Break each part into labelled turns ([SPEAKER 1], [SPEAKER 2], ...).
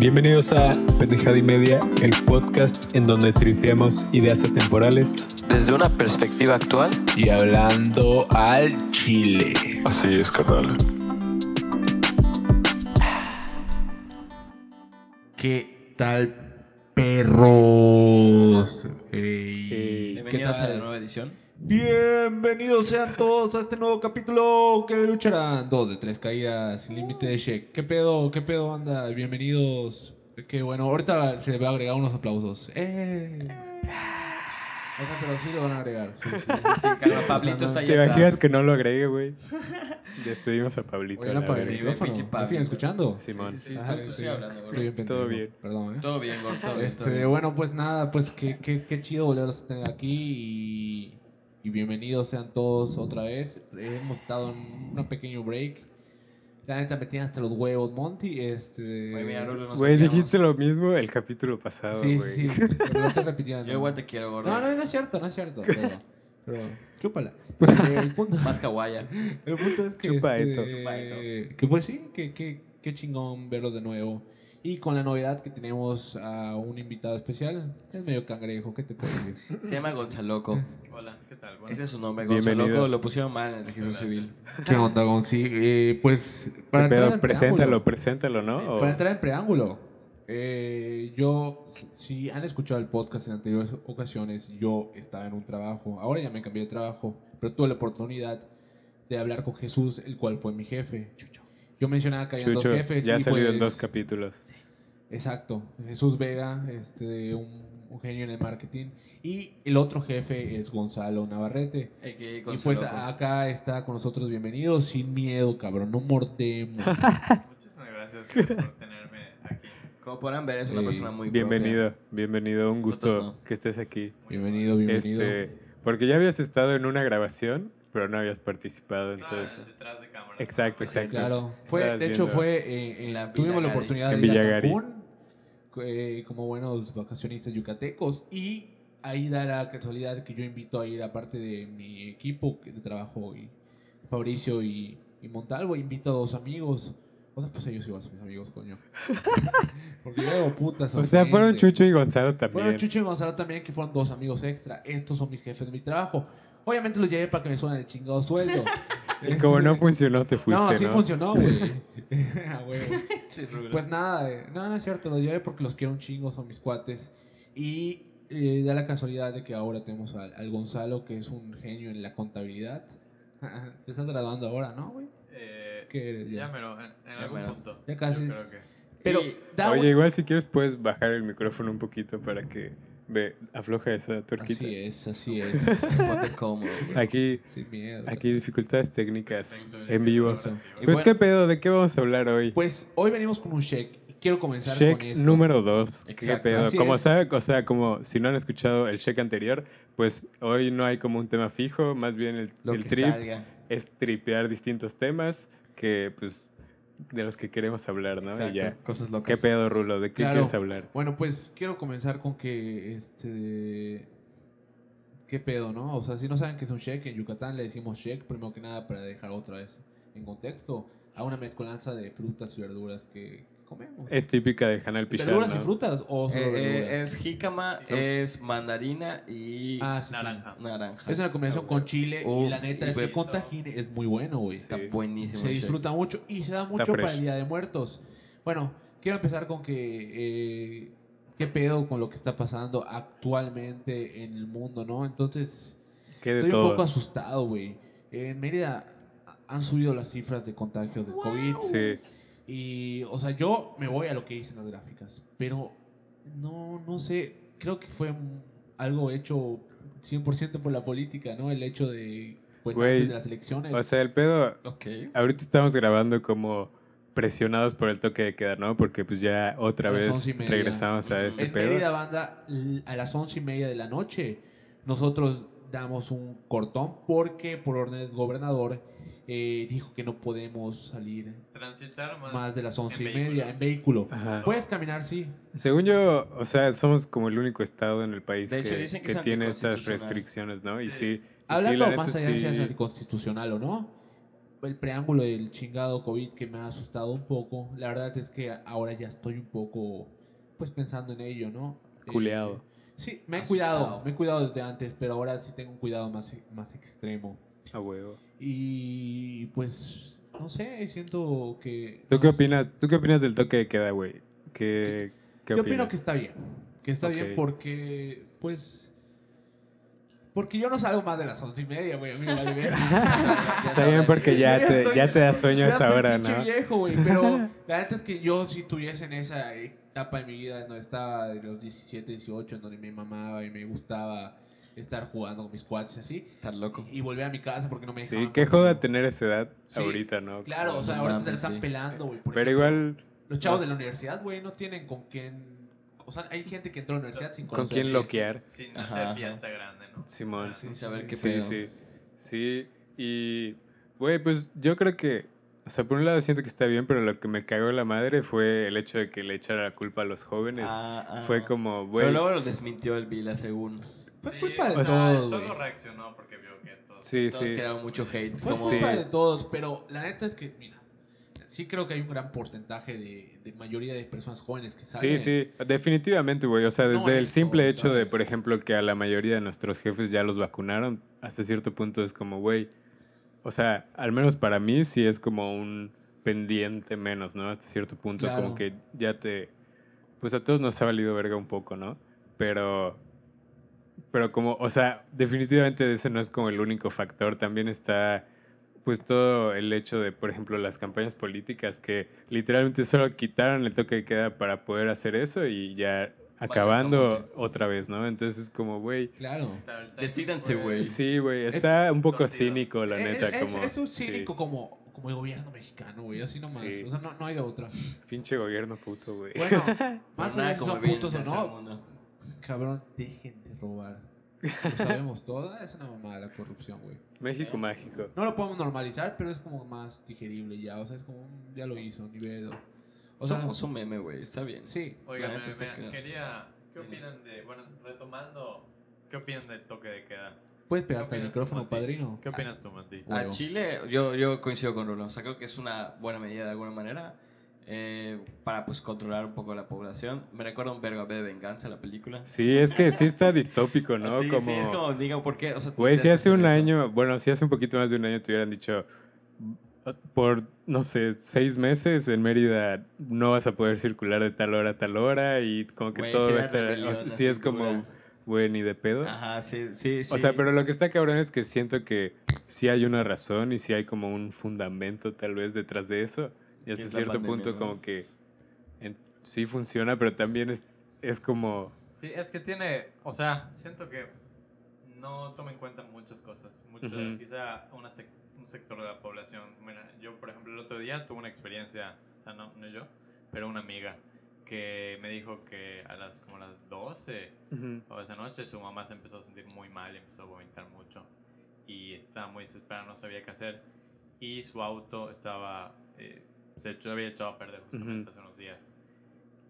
[SPEAKER 1] Bienvenidos a Pendejada y Media, el podcast en donde tripeamos ideas atemporales.
[SPEAKER 2] Desde una perspectiva actual.
[SPEAKER 3] y hablando al chile.
[SPEAKER 4] Así es, carnal.
[SPEAKER 5] ¿Qué tal, perros? Ey.
[SPEAKER 3] Bienvenidos a la nueva edición.
[SPEAKER 5] Bienvenidos sean todos a este nuevo capítulo que lucharán dos de tres caídas sin límite
[SPEAKER 3] Uh.
[SPEAKER 5] de check. ¿Qué pedo, qué pedo, banda? Bienvenidos. Qué bueno, ahorita se va a agregar unos aplausos. ¡Eh! O sea, pero sí lo van a agregar. Sí, sí, sí.
[SPEAKER 3] Ah. Pablito está
[SPEAKER 1] ¿Te
[SPEAKER 3] allá
[SPEAKER 1] imaginas
[SPEAKER 3] atrás.
[SPEAKER 1] que no lo agregue, güey? Despedimos a Pablito.
[SPEAKER 5] Oye,
[SPEAKER 1] a la
[SPEAKER 5] no apagué el
[SPEAKER 1] verga.
[SPEAKER 3] güey,
[SPEAKER 5] micrófono.
[SPEAKER 3] pinche
[SPEAKER 5] ¿Me
[SPEAKER 3] Pablo.
[SPEAKER 5] siguen escuchando?
[SPEAKER 1] Simón.
[SPEAKER 3] Sí, sí,
[SPEAKER 5] Ajá,
[SPEAKER 3] tú- tú
[SPEAKER 5] sí.
[SPEAKER 3] sí hablando,
[SPEAKER 5] Estoy
[SPEAKER 3] güey.
[SPEAKER 5] bien pendejo.
[SPEAKER 1] Todo bien.
[SPEAKER 5] Perdón, ¿eh?
[SPEAKER 3] Todo bien, Gord, todo bien, todo
[SPEAKER 5] Este,
[SPEAKER 3] bien.
[SPEAKER 5] bueno, pues nada, pues qué, qué, qué chido volverlos a tener aquí y, y bienvenidos sean todos otra vez. Hemos estado en un pequeño break. La neta me tiene hasta los huevos, Monty. Este...
[SPEAKER 3] Güey, mira, Rulo, nos
[SPEAKER 1] Güey,
[SPEAKER 3] odiamos.
[SPEAKER 1] dijiste lo mismo el capítulo pasado,
[SPEAKER 5] Sí,
[SPEAKER 1] güey.
[SPEAKER 5] sí, sí. pero Lo estoy repitiendo.
[SPEAKER 3] Yo igual te quiero, Gord.
[SPEAKER 5] No, no, no es cierto, no es cierto. Pero, pero chúpala. Eh, el, punto,
[SPEAKER 3] Más kawaii.
[SPEAKER 5] el punto es que...
[SPEAKER 1] Chupa
[SPEAKER 5] este,
[SPEAKER 1] esto.
[SPEAKER 3] Chupa esto.
[SPEAKER 5] Que pues sí, que, que, que chingón verlos de nuevo. Y con la novedad que tenemos a un invitado especial, es medio cangrejo, ¿qué te puedo decir?
[SPEAKER 3] Se llama Gonzaloco.
[SPEAKER 4] Hola, ¿qué tal?
[SPEAKER 3] Ese es su nombre,
[SPEAKER 1] Bienvenido.
[SPEAKER 3] Gonzaloco. Lo pusieron mal en el registro civil.
[SPEAKER 5] ¿Qué onda, Gonzi? Eh, pues,
[SPEAKER 1] ¿Qué
[SPEAKER 5] para entrar
[SPEAKER 1] pedo?
[SPEAKER 5] en
[SPEAKER 1] Preséntalo,
[SPEAKER 5] preámbulo,
[SPEAKER 1] preséntalo, ¿no?
[SPEAKER 3] Sí,
[SPEAKER 1] O-
[SPEAKER 5] para entrar en preámbulo, eh, yo, si- si han escuchado el podcast en anteriores ocasiones, yo estaba en un trabajo, ahora ya me cambié de trabajo, pero tuve la oportunidad de hablar con Jesús, el cual fue mi jefe. Yo mencionaba que había dos
[SPEAKER 1] Chucho,
[SPEAKER 5] jefes.
[SPEAKER 1] ya ha
[SPEAKER 5] y,
[SPEAKER 1] salido en
[SPEAKER 5] pues,
[SPEAKER 1] dos capítulos.
[SPEAKER 5] Exacto, Jesús Vega, este, un, un genio en el marketing, y el otro jefe es Gonzalo Navarrete.
[SPEAKER 3] Y
[SPEAKER 5] Y pues
[SPEAKER 1] ah,
[SPEAKER 5] acá está con nosotros, bienvenido, sin miedo, cabrón, no mordemos.
[SPEAKER 4] Muchísimas gracias por tenerme aquí.
[SPEAKER 3] Como podrán ver, es una
[SPEAKER 5] Sí.
[SPEAKER 3] persona muy propia.
[SPEAKER 1] eh, Bienvenido, bienvenido. Un gusto
[SPEAKER 3] Nosotros no.
[SPEAKER 1] que estés aquí.
[SPEAKER 5] Bienvenido, bienvenido.
[SPEAKER 1] Este, porque ya habías estado en una grabación, pero no habías participado,
[SPEAKER 4] Estaba
[SPEAKER 1] entonces.
[SPEAKER 4] detrás de cámara.
[SPEAKER 1] Exacto,
[SPEAKER 3] Pues sí,
[SPEAKER 1] exacto.
[SPEAKER 5] claro.
[SPEAKER 1] Estabas
[SPEAKER 5] Fue, de hecho,
[SPEAKER 1] viendo-
[SPEAKER 5] fue eh, en-
[SPEAKER 3] La
[SPEAKER 5] tuvimos la
[SPEAKER 3] Villagari.
[SPEAKER 5] oportunidad
[SPEAKER 1] En
[SPEAKER 5] de ir a
[SPEAKER 1] Villagari.
[SPEAKER 5] Cancún eh, como buenos vacacionistas yucatecos y ahí da la casualidad que yo invito a ir aparte de mi equipo que- de trabajo y Fabricio y, y Montalvo, invito a dos amigos. O sea, pues ellos igual son mis amigos, coño. Porque luego putas.
[SPEAKER 1] O sea, fueron
[SPEAKER 5] enfrente.
[SPEAKER 1] Chucho y Gonzalo también.
[SPEAKER 5] Fueron Chucho y Gonzalo también, que fueron dos amigos extra. Estos son mis jefes de mi trabajo. Obviamente los llevé para que me suenan el chingado sueldo.
[SPEAKER 1] Y como no funcionó, te fuiste,
[SPEAKER 5] no,
[SPEAKER 1] ¿no?
[SPEAKER 5] sí funcionó, güey. A huevo.
[SPEAKER 3] Este Rulo.
[SPEAKER 5] pues nada, eh, no, no es cierto, los llevé porque los quiero un chingo, son mis cuates. Y eh, da la casualidad de que ahora tenemos al, al Gonzalo, que es un genio en la contabilidad. Te estás graduando ahora, ¿no, güey?
[SPEAKER 4] Eh,
[SPEAKER 5] ¿Qué eres ya?
[SPEAKER 4] ya me lo, en, en algún
[SPEAKER 3] mero.
[SPEAKER 4] punto.
[SPEAKER 5] Ya casi.
[SPEAKER 4] Yo creo que.
[SPEAKER 5] Pero
[SPEAKER 3] Y-
[SPEAKER 5] da un-
[SPEAKER 1] Oye, igual si quieres puedes bajar el micrófono un poquito para que ve, afloja esa tuerquita.
[SPEAKER 5] Así es, así es.
[SPEAKER 3] Ponte cómodo, güey.
[SPEAKER 1] Aquí,
[SPEAKER 5] Sin miedo.
[SPEAKER 1] aquí dificultades técnicas
[SPEAKER 4] Perfecto,
[SPEAKER 1] en vivo.
[SPEAKER 4] ahora sí, güey.
[SPEAKER 3] Y
[SPEAKER 1] Pues
[SPEAKER 3] bueno-
[SPEAKER 1] qué pedo, ¿de qué vamos a hablar hoy?
[SPEAKER 5] Pues hoy venimos con un check. y Quiero comenzar
[SPEAKER 1] Check
[SPEAKER 5] con esto.
[SPEAKER 1] número 2. ¿Qué
[SPEAKER 3] Exacto,
[SPEAKER 1] pedo?
[SPEAKER 5] así
[SPEAKER 1] Como
[SPEAKER 5] es.
[SPEAKER 1] sabe, o sea, como si no han escuchado el check anterior, pues hoy no hay como un tema fijo, más bien el,
[SPEAKER 3] Lo
[SPEAKER 1] el
[SPEAKER 3] que
[SPEAKER 1] trip
[SPEAKER 3] salga.
[SPEAKER 1] es tripear distintos temas que pues de los que queremos hablar, ¿no? Y ya.
[SPEAKER 3] Exacto. Cosas
[SPEAKER 1] ¿Qué
[SPEAKER 3] locas. Eh,
[SPEAKER 1] pedo, Rulo? ¿De qué
[SPEAKER 5] Claro.
[SPEAKER 1] quieres hablar?
[SPEAKER 5] Bueno, pues quiero comenzar con que este qué pedo, ¿no? O sea, si no saben que es un check, en Yucatán le decimos check, primero que nada para dejar otra vez en contexto a una mezcolanza de frutas y verduras que comemos.
[SPEAKER 1] Es típica de Hanal Pichar,
[SPEAKER 5] ¿Verduras y
[SPEAKER 1] ¿no?
[SPEAKER 5] frutas o
[SPEAKER 3] Eh,
[SPEAKER 5] solo
[SPEAKER 3] eh,
[SPEAKER 5] verduras?
[SPEAKER 3] es jícama,
[SPEAKER 4] Son-
[SPEAKER 3] es mandarina y
[SPEAKER 5] Ah, sí,
[SPEAKER 4] Naranja.
[SPEAKER 3] naranja.
[SPEAKER 5] Es una combinación con chile y
[SPEAKER 3] Uf,
[SPEAKER 5] la neta
[SPEAKER 3] y
[SPEAKER 5] es que
[SPEAKER 3] fue-
[SPEAKER 5] con tajín es muy bueno, güey.
[SPEAKER 1] Sí.
[SPEAKER 3] Está buenísimo.
[SPEAKER 5] Se
[SPEAKER 3] el shake.
[SPEAKER 5] disfruta mucho y se da mucho para
[SPEAKER 1] fresh.
[SPEAKER 5] el Día de Muertos. Bueno, quiero empezar con que eh, qué pedo con lo que está pasando actualmente en el mundo, ¿no? Entonces,
[SPEAKER 1] ¿Qué de
[SPEAKER 5] estoy un poco
[SPEAKER 1] todo?
[SPEAKER 5] asustado, güey. En Mérida han subido las cifras de contagios de COVID.
[SPEAKER 1] Sí.
[SPEAKER 5] Y, o sea, yo me voy a lo que dicen las gráficas, pero no, no sé, creo que fue un- algo hecho 100% por la política, ¿no? El hecho de, pues,
[SPEAKER 1] Güey,
[SPEAKER 5] antes de las elecciones.
[SPEAKER 1] O sea, el pedo,
[SPEAKER 3] Ok.
[SPEAKER 1] ahorita estamos grabando como presionados por el toque de queda, ¿no? Porque pues ya otra
[SPEAKER 5] Las
[SPEAKER 1] vez
[SPEAKER 5] once y media.
[SPEAKER 1] regresamos a este
[SPEAKER 5] en Mérida
[SPEAKER 1] pedo.
[SPEAKER 5] Banda, l- a las once y media de la noche, nosotros damos un cortón porque por orden del gobernador eh, dijo que no podemos salir
[SPEAKER 4] Transitar más.
[SPEAKER 5] más de las
[SPEAKER 4] en
[SPEAKER 5] once y
[SPEAKER 4] vehículos.
[SPEAKER 5] media en vehículo.
[SPEAKER 1] Ajá.
[SPEAKER 5] Puedes caminar, sí.
[SPEAKER 1] Según yo, o sea, somos como el único estado en el país
[SPEAKER 3] De
[SPEAKER 1] que,
[SPEAKER 3] hecho, dicen
[SPEAKER 1] que
[SPEAKER 3] que es
[SPEAKER 1] tiene estas
[SPEAKER 3] anticonstitucional.
[SPEAKER 1] restricciones, ¿no? Y
[SPEAKER 4] Sí.
[SPEAKER 1] sí, y sí,
[SPEAKER 5] Hablando
[SPEAKER 1] la neta
[SPEAKER 5] más allá de si es
[SPEAKER 1] sí.
[SPEAKER 5] anticonstitucional o no, el preámbulo del chingado COVID que me ha asustado un poco. La verdad es que ahora ya estoy un poco, pues pensando en ello, ¿no? Eh,
[SPEAKER 1] Culeado.
[SPEAKER 5] sí, me he
[SPEAKER 3] Asustado.
[SPEAKER 5] cuidado, me he cuidado desde antes, pero ahora sí tengo un cuidado más, más extremo.
[SPEAKER 1] A huevo.
[SPEAKER 5] Y pues, no sé, siento que...
[SPEAKER 1] ¿Tú qué
[SPEAKER 5] no sé.
[SPEAKER 1] opinas, ¿tú qué opinas del toque de queda, güey? ¿Qué, qué
[SPEAKER 5] Yo
[SPEAKER 1] opinas?
[SPEAKER 5] opino que está bien. Que está bien
[SPEAKER 1] Ok.
[SPEAKER 5] porque, pues... Porque yo no salgo más de las once y media, güey. a mí me vale verga.
[SPEAKER 1] Está bien porque ya,
[SPEAKER 5] Ya
[SPEAKER 1] te,
[SPEAKER 5] estoy-
[SPEAKER 1] ya te da sueño a
[SPEAKER 5] Ya
[SPEAKER 1] esa
[SPEAKER 5] estoy
[SPEAKER 1] hora,
[SPEAKER 5] pinche
[SPEAKER 1] ¿no?
[SPEAKER 5] viejo, güey, pero la neta es que yo si tuviese en esa etapa de mi vida en donde estaba de los 17, 18, en donde me mamaba y me gustaba estar jugando con mis cuates y así,
[SPEAKER 3] Estás loco.
[SPEAKER 5] y volver a mi casa porque no me
[SPEAKER 1] Sí,
[SPEAKER 5] dejaban
[SPEAKER 1] qué
[SPEAKER 5] porque-
[SPEAKER 1] joda tener esa edad
[SPEAKER 5] Sí,
[SPEAKER 1] ahorita, ¿no?
[SPEAKER 5] Claro, o sea,
[SPEAKER 3] No
[SPEAKER 5] ahora te
[SPEAKER 3] mames,
[SPEAKER 5] la están
[SPEAKER 3] sí.
[SPEAKER 5] pelando, güey. por
[SPEAKER 1] Pero
[SPEAKER 5] ejemplo.
[SPEAKER 1] igual
[SPEAKER 5] Los chavos
[SPEAKER 1] no-
[SPEAKER 5] de la universidad, güey, no tienen con quién... O sea, hay gente que entró a la universidad sin
[SPEAKER 1] con
[SPEAKER 5] conocer
[SPEAKER 1] quién
[SPEAKER 5] si es-
[SPEAKER 1] loquear,
[SPEAKER 4] Sin
[SPEAKER 3] Ajá,
[SPEAKER 4] hacer
[SPEAKER 3] ajá.
[SPEAKER 4] fiesta grande, ¿no?
[SPEAKER 1] Simón.
[SPEAKER 4] Claro.
[SPEAKER 3] Sin saber qué
[SPEAKER 1] sí,
[SPEAKER 3] pedo.
[SPEAKER 1] sí. Sí, y, güey, pues yo creo que, o sea, por un lado siento que está bien, pero lo que me cagó la madre fue el hecho de que le echara la culpa a los jóvenes.
[SPEAKER 3] Ah, ah.
[SPEAKER 1] fue como, güey,
[SPEAKER 3] Pero luego lo desmintió el Vila, según.
[SPEAKER 5] Fue
[SPEAKER 4] Sí,
[SPEAKER 5] culpa de
[SPEAKER 4] o sea,
[SPEAKER 5] todos,
[SPEAKER 4] solo
[SPEAKER 5] güey.
[SPEAKER 4] reaccionó porque vio que todo.
[SPEAKER 1] sí,
[SPEAKER 3] Todos
[SPEAKER 1] sí.
[SPEAKER 3] tiraron mucho hate.
[SPEAKER 5] Fue
[SPEAKER 3] como-
[SPEAKER 5] culpa
[SPEAKER 1] Sí.
[SPEAKER 5] de todos, pero la neta es que, mira, sí creo que hay un gran porcentaje de, de mayoría de personas jóvenes que
[SPEAKER 1] Sí,
[SPEAKER 5] salen.
[SPEAKER 1] sí, definitivamente, güey. O sea,
[SPEAKER 5] No,
[SPEAKER 1] desde el
[SPEAKER 5] eso,
[SPEAKER 1] simple hecho de,
[SPEAKER 5] ¿sabes?
[SPEAKER 1] por ejemplo, que a la mayoría de nuestros jefes ya los vacunaron, hasta cierto punto es como, güey, o sea, al menos para mí sí es como un pendiente menos, ¿no? Hasta cierto punto,
[SPEAKER 5] Claro.
[SPEAKER 1] como que ya te... Pues a todos nos ha valido verga un poco, ¿no? Pero... Pero como, o sea, definitivamente ese no es como el único factor, también está pues todo el hecho de, por ejemplo, las campañas políticas que literalmente solo quitaron el toque de queda para poder hacer eso y ya acabando otra vez, ¿no? Entonces es como, güey,
[SPEAKER 5] Claro.
[SPEAKER 4] Claro, el timing
[SPEAKER 3] Decídanse,
[SPEAKER 4] fue-
[SPEAKER 3] güey.
[SPEAKER 1] sí, güey,
[SPEAKER 5] Es- Eh,
[SPEAKER 1] está un poco
[SPEAKER 4] torcido.
[SPEAKER 1] cínico, la neta.
[SPEAKER 5] es,
[SPEAKER 1] como,
[SPEAKER 5] es un
[SPEAKER 1] sí,
[SPEAKER 5] cínico como, como el gobierno mexicano, güey, así nomás.
[SPEAKER 1] Sí.
[SPEAKER 5] O sea, no, no hay de otra.
[SPEAKER 1] pinche gobierno puto, güey.
[SPEAKER 5] Bueno,
[SPEAKER 3] Pero
[SPEAKER 5] más
[SPEAKER 3] nada
[SPEAKER 5] allá de si
[SPEAKER 3] como
[SPEAKER 5] son
[SPEAKER 3] vivir en
[SPEAKER 5] putos o
[SPEAKER 3] el tercer
[SPEAKER 5] no,
[SPEAKER 3] mundo.
[SPEAKER 5] cabrón, dejen de robar. Lo sabemos todo, es una mamada la corrupción, güey.
[SPEAKER 1] México mágico.
[SPEAKER 5] No lo podemos normalizar, pero es como más digerible ya. O sea, es como, mm, ya lo hizo, ni pedo. O sea,
[SPEAKER 3] Somos un meme, güey. Está bien.
[SPEAKER 5] sí.
[SPEAKER 4] Oigan,
[SPEAKER 3] La
[SPEAKER 4] me-
[SPEAKER 3] neta está
[SPEAKER 4] me-
[SPEAKER 3] cagado.
[SPEAKER 4] quería. ¿Qué opinan de. Bueno, retomando. ¿Qué opinan del toque de queda?
[SPEAKER 5] ¿Puedes pegarte al
[SPEAKER 4] opinas tú,
[SPEAKER 5] micrófono,
[SPEAKER 4] Mati?
[SPEAKER 5] padrino?
[SPEAKER 3] Ah.
[SPEAKER 4] ¿Qué opinas tú, Mati?
[SPEAKER 5] huevo.
[SPEAKER 3] A Chile, yo, yo coincido con Rulo. O sea, creo que es una buena medida de alguna manera eh, para pues controlar un poco la población. Me recuerda un vergo a B de Venganza, la película.
[SPEAKER 1] Sí, es que sí está distópico, ¿no?
[SPEAKER 3] Sí,
[SPEAKER 1] como,
[SPEAKER 3] sí, es como, digo, ¿por qué? O sea,
[SPEAKER 1] Güey, si
[SPEAKER 3] tienes
[SPEAKER 1] hace
[SPEAKER 3] que
[SPEAKER 1] un
[SPEAKER 3] hacer eso.
[SPEAKER 1] año, bueno, si hace un poquito más de un año te hubieran dicho, por, no sé, seis meses en Mérida no vas a poder circular de tal hora a tal hora y como que
[SPEAKER 3] Güey,
[SPEAKER 1] todo
[SPEAKER 3] sí
[SPEAKER 1] va a
[SPEAKER 3] era
[SPEAKER 1] estar...
[SPEAKER 3] rebelión,
[SPEAKER 1] o sea,
[SPEAKER 3] la
[SPEAKER 1] sí es como,
[SPEAKER 3] cintura.
[SPEAKER 1] güey, ni de pedo.
[SPEAKER 3] Ajá, sí, sí, sí.
[SPEAKER 1] O sea, pero lo que está cabrón es que siento que sí hay una razón y sí hay como un fundamento tal vez detrás de eso. Y hasta
[SPEAKER 3] es la
[SPEAKER 1] cierto
[SPEAKER 3] pandemia,
[SPEAKER 1] punto
[SPEAKER 3] ¿no?
[SPEAKER 1] como que en- sí funciona, pero también es, es como...
[SPEAKER 4] Sí, es que tiene, o sea, siento que no toma en cuenta muchas cosas. Mucho,
[SPEAKER 1] Ujú.
[SPEAKER 4] Quizá una sec- un sector de la población. Mira, yo, por ejemplo, el otro día tuve una experiencia, ah, no, no yo, pero una amiga que me dijo que a las como a las 12 o esa noche su mamá se empezó a sentir muy mal, empezó a vomitar mucho y estaba muy desesperada, no sabía qué hacer y su auto estaba, eh, se echó- había echado a perder
[SPEAKER 1] Ujú.
[SPEAKER 4] justamente hace unos días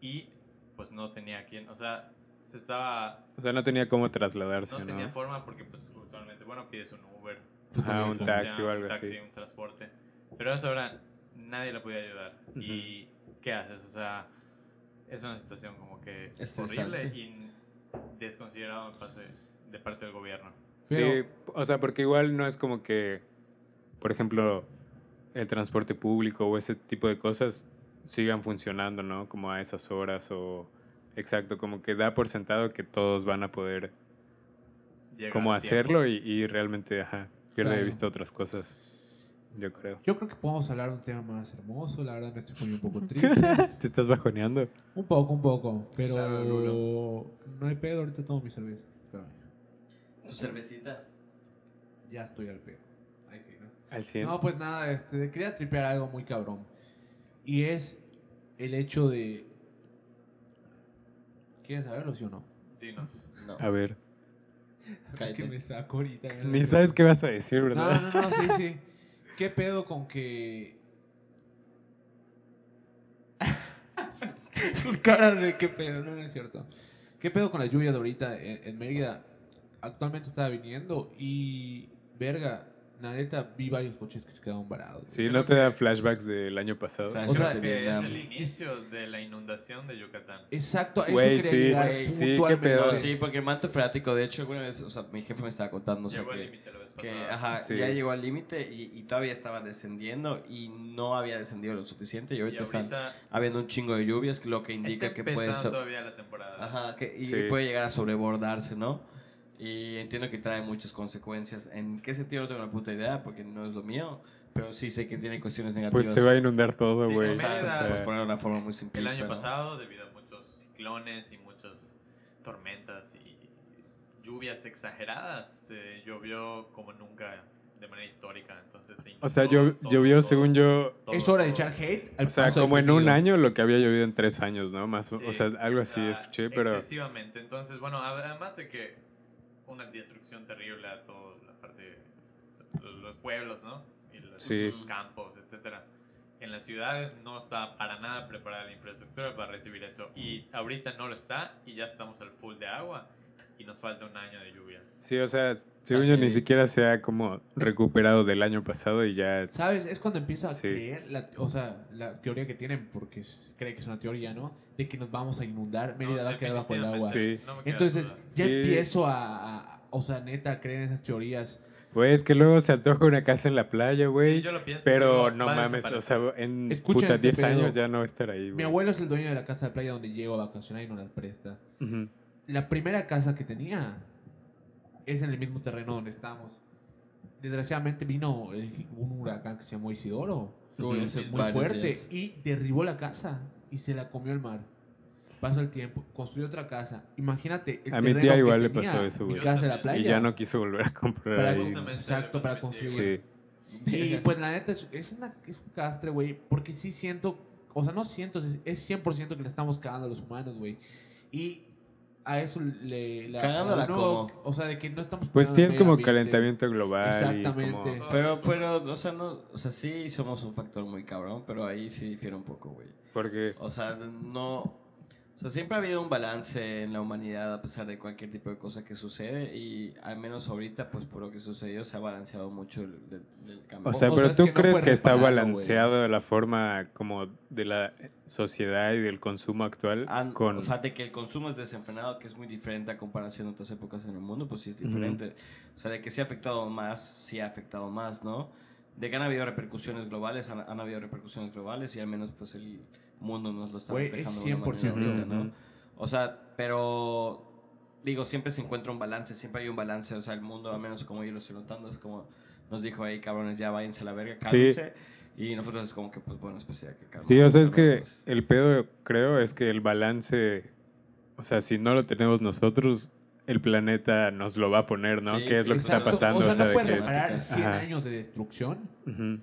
[SPEAKER 4] y pues no tenía quien, o sea, se estaba,
[SPEAKER 1] O sea, no tenía cómo trasladarse,
[SPEAKER 4] no
[SPEAKER 1] ¿no?
[SPEAKER 4] tenía forma porque pues usualmente, bueno, pides un Uber,
[SPEAKER 1] Ajá, Ah, un
[SPEAKER 4] como
[SPEAKER 1] taxi
[SPEAKER 4] sea,
[SPEAKER 1] o algo
[SPEAKER 4] un taxi,
[SPEAKER 1] así.
[SPEAKER 4] un transporte, pero a esa hora nadie la podía ayudar y ¿qué haces? O sea, es una situación como que horrible
[SPEAKER 3] Estresante.
[SPEAKER 4] y desconsiderado me parece, de parte del gobierno.
[SPEAKER 1] Sí, o sea, porque igual no es como que, por ejemplo, el transporte público o ese tipo de cosas sigan funcionando, ¿no? Como a esas horas o... Exacto, como que da por sentado que todos van a poder
[SPEAKER 4] Llega
[SPEAKER 1] como
[SPEAKER 4] a tiempo.
[SPEAKER 1] hacerlo y, y realmente, ajá, pierde de
[SPEAKER 5] Claro.
[SPEAKER 1] vista otras cosas, yo creo.
[SPEAKER 5] Yo creo que podemos hablar de un tema más hermoso. La verdad me estoy poniendo un poco triste.
[SPEAKER 1] ¿Te estás bajoneando?
[SPEAKER 5] un poco, un poco. Pero
[SPEAKER 4] Claro, Lulo.
[SPEAKER 5] no hay pedo, ahorita tomo mi cerveza. Espérame.
[SPEAKER 3] Tu cervecita.
[SPEAKER 5] Ya estoy al pedo. Ahí sí, ¿no?
[SPEAKER 1] Al 100.
[SPEAKER 5] No, pues nada, este, quería tripear algo muy cabrón. Y es el hecho de... ¿Quieres saberlo, sí o no?
[SPEAKER 4] Dinos.
[SPEAKER 3] No,
[SPEAKER 1] A ver.
[SPEAKER 5] Que
[SPEAKER 3] cállate.
[SPEAKER 5] me saco ahorita.
[SPEAKER 1] Ni sabes qué vas a decir,
[SPEAKER 5] No, no,
[SPEAKER 1] ¿verdad?
[SPEAKER 5] no, sí, sí. ¿Qué pedo con que... Cara de qué pedo, no, no es cierto. ¿Qué pedo con la lluvia de ahorita en, en Mérida? Actualmente está viniendo y... Verga, La neta, vi varios coches que se quedaron varados.
[SPEAKER 1] Sí, ¿no te da flashbacks del año pasado?
[SPEAKER 3] Flash-
[SPEAKER 5] O sea,
[SPEAKER 4] Creo que es
[SPEAKER 3] Vietnam.
[SPEAKER 4] el inicio de la inundación de Yucatán.
[SPEAKER 5] Exacto, a eso
[SPEAKER 1] Güey,
[SPEAKER 5] quería
[SPEAKER 1] sí,
[SPEAKER 5] llegar
[SPEAKER 3] güey,
[SPEAKER 1] sí, qué
[SPEAKER 5] puntualmente.
[SPEAKER 1] pedo.
[SPEAKER 3] No, sí, porque el manto freático, de hecho, alguna vez, o sea, mi jefe me estaba contando, o sea,
[SPEAKER 4] Llegó al
[SPEAKER 3] que,
[SPEAKER 4] límite la vez
[SPEAKER 3] que,
[SPEAKER 4] pasada.
[SPEAKER 3] ajá,
[SPEAKER 1] Sí.
[SPEAKER 3] ya llegó al límite y, y todavía estaba descendiendo y no había descendido lo suficiente y
[SPEAKER 4] y
[SPEAKER 3] ahorita,
[SPEAKER 4] ahorita
[SPEAKER 3] están habiendo un chingo de lluvias, lo que indica
[SPEAKER 4] está
[SPEAKER 3] que puede
[SPEAKER 4] empezando
[SPEAKER 3] ser...
[SPEAKER 4] todavía la temporada.
[SPEAKER 3] Ajá, que, y
[SPEAKER 1] Sí.
[SPEAKER 3] puede llegar a sobrebordarse, ¿no? Y entiendo que trae muchas consecuencias. ¿En qué sentido no tengo la puta idea? Porque no es lo mío, pero sí sé que tiene cuestiones negativas.
[SPEAKER 1] Pues se va a inundar todo,
[SPEAKER 4] Sí,
[SPEAKER 1] güey.
[SPEAKER 3] O sea,
[SPEAKER 4] Mérida,
[SPEAKER 1] O sea,
[SPEAKER 3] pues, por poner una forma muy simple.
[SPEAKER 4] El año pasado, debido a muchos ciclones y muchas tormentas y lluvias exageradas, eh, llovió como nunca de manera histórica. Entonces, se
[SPEAKER 1] o sea,
[SPEAKER 4] inundó
[SPEAKER 1] llo-
[SPEAKER 4] todo,
[SPEAKER 1] llovió,
[SPEAKER 4] todo,
[SPEAKER 1] según yo,
[SPEAKER 4] todo,
[SPEAKER 5] Es hora de
[SPEAKER 4] todo.
[SPEAKER 5] echar hate al
[SPEAKER 1] o sea,
[SPEAKER 5] paso
[SPEAKER 1] como en
[SPEAKER 5] del
[SPEAKER 1] un
[SPEAKER 5] video.
[SPEAKER 1] año lo que había llovido en tres años, ¿no? Más, o-
[SPEAKER 4] Sí, Ah,
[SPEAKER 1] o sea, algo
[SPEAKER 4] o
[SPEAKER 1] así
[SPEAKER 4] sea,
[SPEAKER 1] escuché, pero...
[SPEAKER 4] Excesivamente. Entonces, bueno, a- además de que una destrucción terrible a toda la parte, los pueblos, ¿no? Y los
[SPEAKER 1] Sí.
[SPEAKER 4] campos, etcétera. En las ciudades no está para nada preparada la infraestructura para recibir eso. Y ahorita no lo está y ya estamos al full de agua y nos falta un año de lluvia.
[SPEAKER 1] Sí, o sea, según yo ni siquiera se ha como recuperado del año pasado y ya...
[SPEAKER 5] ¿Sabes? Es cuando empieza a
[SPEAKER 1] Sí.
[SPEAKER 5] creer, la, o sea, la teoría que tienen, porque es- cree que es una teoría, ¿no? De que nos vamos a inundar, Mérida
[SPEAKER 4] No,
[SPEAKER 5] va a quedar bajo el agua.
[SPEAKER 4] definitivamente,
[SPEAKER 1] Sí.
[SPEAKER 4] no me queda
[SPEAKER 5] Entonces,
[SPEAKER 4] duda.
[SPEAKER 5] ya
[SPEAKER 1] Sí.
[SPEAKER 5] empiezo a, a- o sea, neta, a creer en esas teorías.
[SPEAKER 1] Güey, es que luego se antoja una casa en la playa, güey.
[SPEAKER 4] Sí, yo lo pienso,
[SPEAKER 1] pero
[SPEAKER 4] digo,
[SPEAKER 1] no
[SPEAKER 4] va a
[SPEAKER 1] mames, o sea,
[SPEAKER 4] desaparecer.
[SPEAKER 1] en
[SPEAKER 5] Escuchen
[SPEAKER 1] puta
[SPEAKER 5] este
[SPEAKER 1] 10
[SPEAKER 5] pedo.
[SPEAKER 1] años ya no va a estar ahí, güey.
[SPEAKER 5] Mi abuelo es el dueño de la casa de playa donde llego a vacacionar y nos las presta.
[SPEAKER 1] Ujú.
[SPEAKER 5] La primera casa que tenía es en el mismo terreno donde estamos. Desgraciadamente vino el- un huracán que se llamó Isidoro. muy fuerte y derribó la casa y se la comió el mar. Pasó el tiempo, construyó otra casa. Imagínate, el
[SPEAKER 1] A mi
[SPEAKER 5] terreno
[SPEAKER 1] tía
[SPEAKER 5] que
[SPEAKER 1] igual le
[SPEAKER 5] tenía,
[SPEAKER 1] pasó eso,
[SPEAKER 5] mi
[SPEAKER 1] güey.
[SPEAKER 5] casa de la playa.
[SPEAKER 1] Y ya no quiso volver a comprar
[SPEAKER 5] Para
[SPEAKER 1] ahí.
[SPEAKER 4] Justamente,
[SPEAKER 5] Exacto, para
[SPEAKER 4] justamente.
[SPEAKER 5] configurar.
[SPEAKER 1] Sí.
[SPEAKER 5] Y pues la neta es, es una, es un castre, güey, porque sí siento, o sea, no siento, es- es 100% que le estamos cagando a los humanos, güey. Y a eso le... la-
[SPEAKER 3] ¿Cagándola
[SPEAKER 5] a uno,
[SPEAKER 3] cómo?
[SPEAKER 5] O sea, de que no estamos...
[SPEAKER 1] Pues
[SPEAKER 5] cuidando
[SPEAKER 1] sí,
[SPEAKER 5] el
[SPEAKER 1] es
[SPEAKER 5] medio
[SPEAKER 1] como
[SPEAKER 5] ambiente.
[SPEAKER 1] calentamiento global.
[SPEAKER 5] Ah, Exactamente.
[SPEAKER 1] Y como...
[SPEAKER 3] Pero, pero, o sea, no, o sea, sí somos un factor muy cabrón, pero ahí sí difiere un poco, güey.
[SPEAKER 1] Porque
[SPEAKER 3] O sea, no... O sea, siempre ha habido un balance en la humanidad a pesar de cualquier tipo de cosa que sucede y al menos ahorita, pues por lo que sucedió, se ha balanceado mucho el, del- del cambio.
[SPEAKER 1] O sea,
[SPEAKER 5] o
[SPEAKER 1] pero
[SPEAKER 5] sea, es
[SPEAKER 1] tú
[SPEAKER 5] que no
[SPEAKER 1] crees
[SPEAKER 5] puedes
[SPEAKER 1] que está
[SPEAKER 5] repararlo, güey.
[SPEAKER 1] balanceado la forma como de la sociedad y del consumo actual
[SPEAKER 3] Ah,
[SPEAKER 1] con...
[SPEAKER 3] O sea, de que el consumo es desenfrenado, que es muy diferente a comparación de otras épocas en el mundo, pues sí es diferente. O sea, de que sí ha afectado más, sí ha afectado más, ¿no? De que han habido repercusiones globales, han, han habido repercusiones globales y al menos pues el mundo nos lo está
[SPEAKER 5] Güey,
[SPEAKER 3] reflejando
[SPEAKER 5] es
[SPEAKER 3] de una
[SPEAKER 5] 100%.
[SPEAKER 3] manera ahorita, ¿no?
[SPEAKER 1] Ujú.
[SPEAKER 3] O sea, pero digo, siempre se encuentra un balance, siempre hay un balance, o sea, el mundo, al menos como yo lo estoy notando, es como nos dijo ahí, cabrones, ya váyanse a la verga,
[SPEAKER 1] Sí.
[SPEAKER 3] cálmense. Y nosotros es como que, pues bueno, pues ya que calmen,
[SPEAKER 1] Sí, o sea, es
[SPEAKER 3] ¿no?
[SPEAKER 1] que
[SPEAKER 3] Pues,
[SPEAKER 1] el pedo, creo, es que el balance, o sea, si no lo tenemos nosotros, el planeta nos lo va a poner, ¿no?
[SPEAKER 3] Sí,
[SPEAKER 1] que es lo que está
[SPEAKER 5] Exacto,
[SPEAKER 1] pasando.
[SPEAKER 5] O sea, no
[SPEAKER 1] de
[SPEAKER 5] puedes
[SPEAKER 1] que-
[SPEAKER 5] reparar
[SPEAKER 3] Ajá.
[SPEAKER 5] 100 años de destrucción
[SPEAKER 1] Ujú.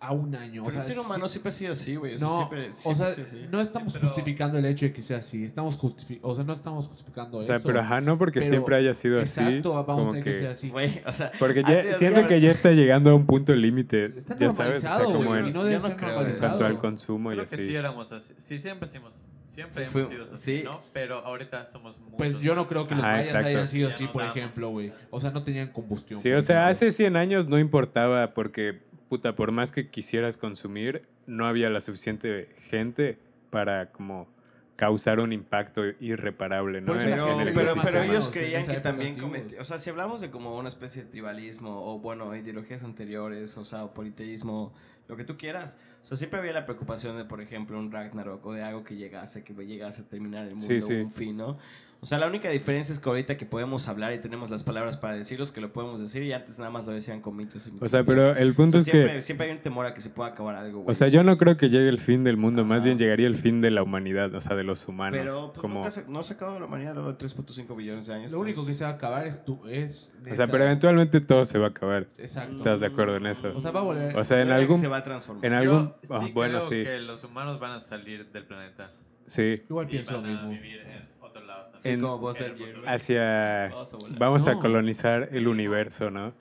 [SPEAKER 5] a un año.
[SPEAKER 3] Pero pues,
[SPEAKER 5] o sea,
[SPEAKER 3] el ser humano siempre ha sido así, güey. O sea,
[SPEAKER 5] No,
[SPEAKER 3] siempre,
[SPEAKER 5] o sea,
[SPEAKER 3] siempre ha sido así.
[SPEAKER 5] no estamos
[SPEAKER 4] Sí, pero-
[SPEAKER 5] justificando el hecho de que sea así. Estamos justifi- o sea, no estamos justificando
[SPEAKER 1] O sea,
[SPEAKER 5] eso.
[SPEAKER 1] pero ajá, no porque
[SPEAKER 5] Pero-
[SPEAKER 1] siempre haya sido así.
[SPEAKER 5] Exacto, vamos a
[SPEAKER 1] como
[SPEAKER 5] tener que, ser así.
[SPEAKER 3] Güey, o sea,
[SPEAKER 1] Porque
[SPEAKER 3] ha
[SPEAKER 1] ya,
[SPEAKER 3] sido
[SPEAKER 1] siento
[SPEAKER 3] así.
[SPEAKER 1] que ya está llegando a un punto límite,
[SPEAKER 5] Está
[SPEAKER 1] ya sabes, o sea,
[SPEAKER 5] normalizado,
[SPEAKER 1] como
[SPEAKER 5] güey.
[SPEAKER 1] en,
[SPEAKER 5] y no
[SPEAKER 3] Yo
[SPEAKER 5] debe
[SPEAKER 3] no
[SPEAKER 5] ser
[SPEAKER 3] creo
[SPEAKER 1] en cuanto
[SPEAKER 5] normalizado.
[SPEAKER 1] al consumo y
[SPEAKER 4] Creo
[SPEAKER 1] así.
[SPEAKER 4] que sí éramos así. Sí, siempre hicimos. Siempre
[SPEAKER 3] Sí,
[SPEAKER 4] hemos
[SPEAKER 3] fue-
[SPEAKER 4] sido así,
[SPEAKER 3] sí.
[SPEAKER 4] ¿no? Pero ahorita somos muchos
[SPEAKER 5] Pues yo no
[SPEAKER 4] más.
[SPEAKER 5] creo que los
[SPEAKER 1] Ajá,
[SPEAKER 5] mayas
[SPEAKER 1] exacto.
[SPEAKER 5] hayan sido
[SPEAKER 4] Ya
[SPEAKER 5] así,
[SPEAKER 4] no
[SPEAKER 5] por
[SPEAKER 4] damos.
[SPEAKER 5] ejemplo, güey. O sea, no tenían combustión.
[SPEAKER 1] Sí,
[SPEAKER 5] por
[SPEAKER 1] o sea,
[SPEAKER 5] ejemplo.
[SPEAKER 1] hace 100 años no importaba porque, puta, por más que quisieras consumir, no había la suficiente gente para como causar un impacto irreparable, ¿no?
[SPEAKER 5] Por eso
[SPEAKER 1] En-
[SPEAKER 5] la
[SPEAKER 3] Pero,
[SPEAKER 1] en el
[SPEAKER 5] gente
[SPEAKER 3] pero,
[SPEAKER 5] más
[SPEAKER 1] ecosistema.
[SPEAKER 3] pero ellos
[SPEAKER 5] en
[SPEAKER 3] creían
[SPEAKER 5] esa
[SPEAKER 3] que
[SPEAKER 5] época
[SPEAKER 3] también
[SPEAKER 5] antiguos.
[SPEAKER 3] cometí- O sea, si hablamos de como una especie de tribalismo o, bueno, ideologías anteriores, o sea, o politeísmo, lo que tú quieras. O sea, siempre había la preocupación de, por ejemplo, un Ragnarok o de algo que llegase, que llegase a terminar el mundo,
[SPEAKER 1] Sí, sí.
[SPEAKER 3] un fin, ¿no? O sea, la única diferencia es que ahorita que podemos hablar y tenemos las palabras para decirlos, que lo podemos decir y antes nada más lo decían con mitos y
[SPEAKER 1] O sea, pero el punto
[SPEAKER 3] O sea,
[SPEAKER 1] es
[SPEAKER 3] siempre,
[SPEAKER 1] que...
[SPEAKER 3] siempre hay un temor a que se pueda acabar algo, güey.
[SPEAKER 1] O sea, yo no creo que llegue el fin del mundo, más
[SPEAKER 3] Ajá.
[SPEAKER 1] bien llegaría el fin de la humanidad, o sea, de los humanos.
[SPEAKER 3] Pero pues,
[SPEAKER 1] como...
[SPEAKER 3] nunca se- no se acabó de la humanidad luego de 3.5 billones de años.
[SPEAKER 5] Lo único que
[SPEAKER 3] entonces-
[SPEAKER 5] se va a acabar es tu. Es
[SPEAKER 1] O sea, pero eventualmente todo se va a acabar.
[SPEAKER 5] Exacto.
[SPEAKER 1] Estás de acuerdo en eso.
[SPEAKER 5] O sea, va a volver.
[SPEAKER 1] O sea, en
[SPEAKER 3] Yo creo que
[SPEAKER 1] algún...
[SPEAKER 3] se va a transformar.
[SPEAKER 1] En
[SPEAKER 4] Yo
[SPEAKER 1] algún...
[SPEAKER 4] sí
[SPEAKER 1] ah, bueno,
[SPEAKER 4] creo
[SPEAKER 1] sí.
[SPEAKER 4] que los humanos van a salir del planeta.
[SPEAKER 1] Sí.
[SPEAKER 5] Igual
[SPEAKER 4] y
[SPEAKER 5] pienso lo
[SPEAKER 4] van a
[SPEAKER 5] mismo.
[SPEAKER 4] vivir en otros lados
[SPEAKER 3] Sí,
[SPEAKER 4] también.
[SPEAKER 1] en- Ah,
[SPEAKER 3] como vos
[SPEAKER 4] en el
[SPEAKER 3] ayer.
[SPEAKER 4] futuro.
[SPEAKER 1] Hacia...
[SPEAKER 3] Vamos a volar.
[SPEAKER 1] Vamos a
[SPEAKER 5] No.
[SPEAKER 1] colonizar el universo, ¿no?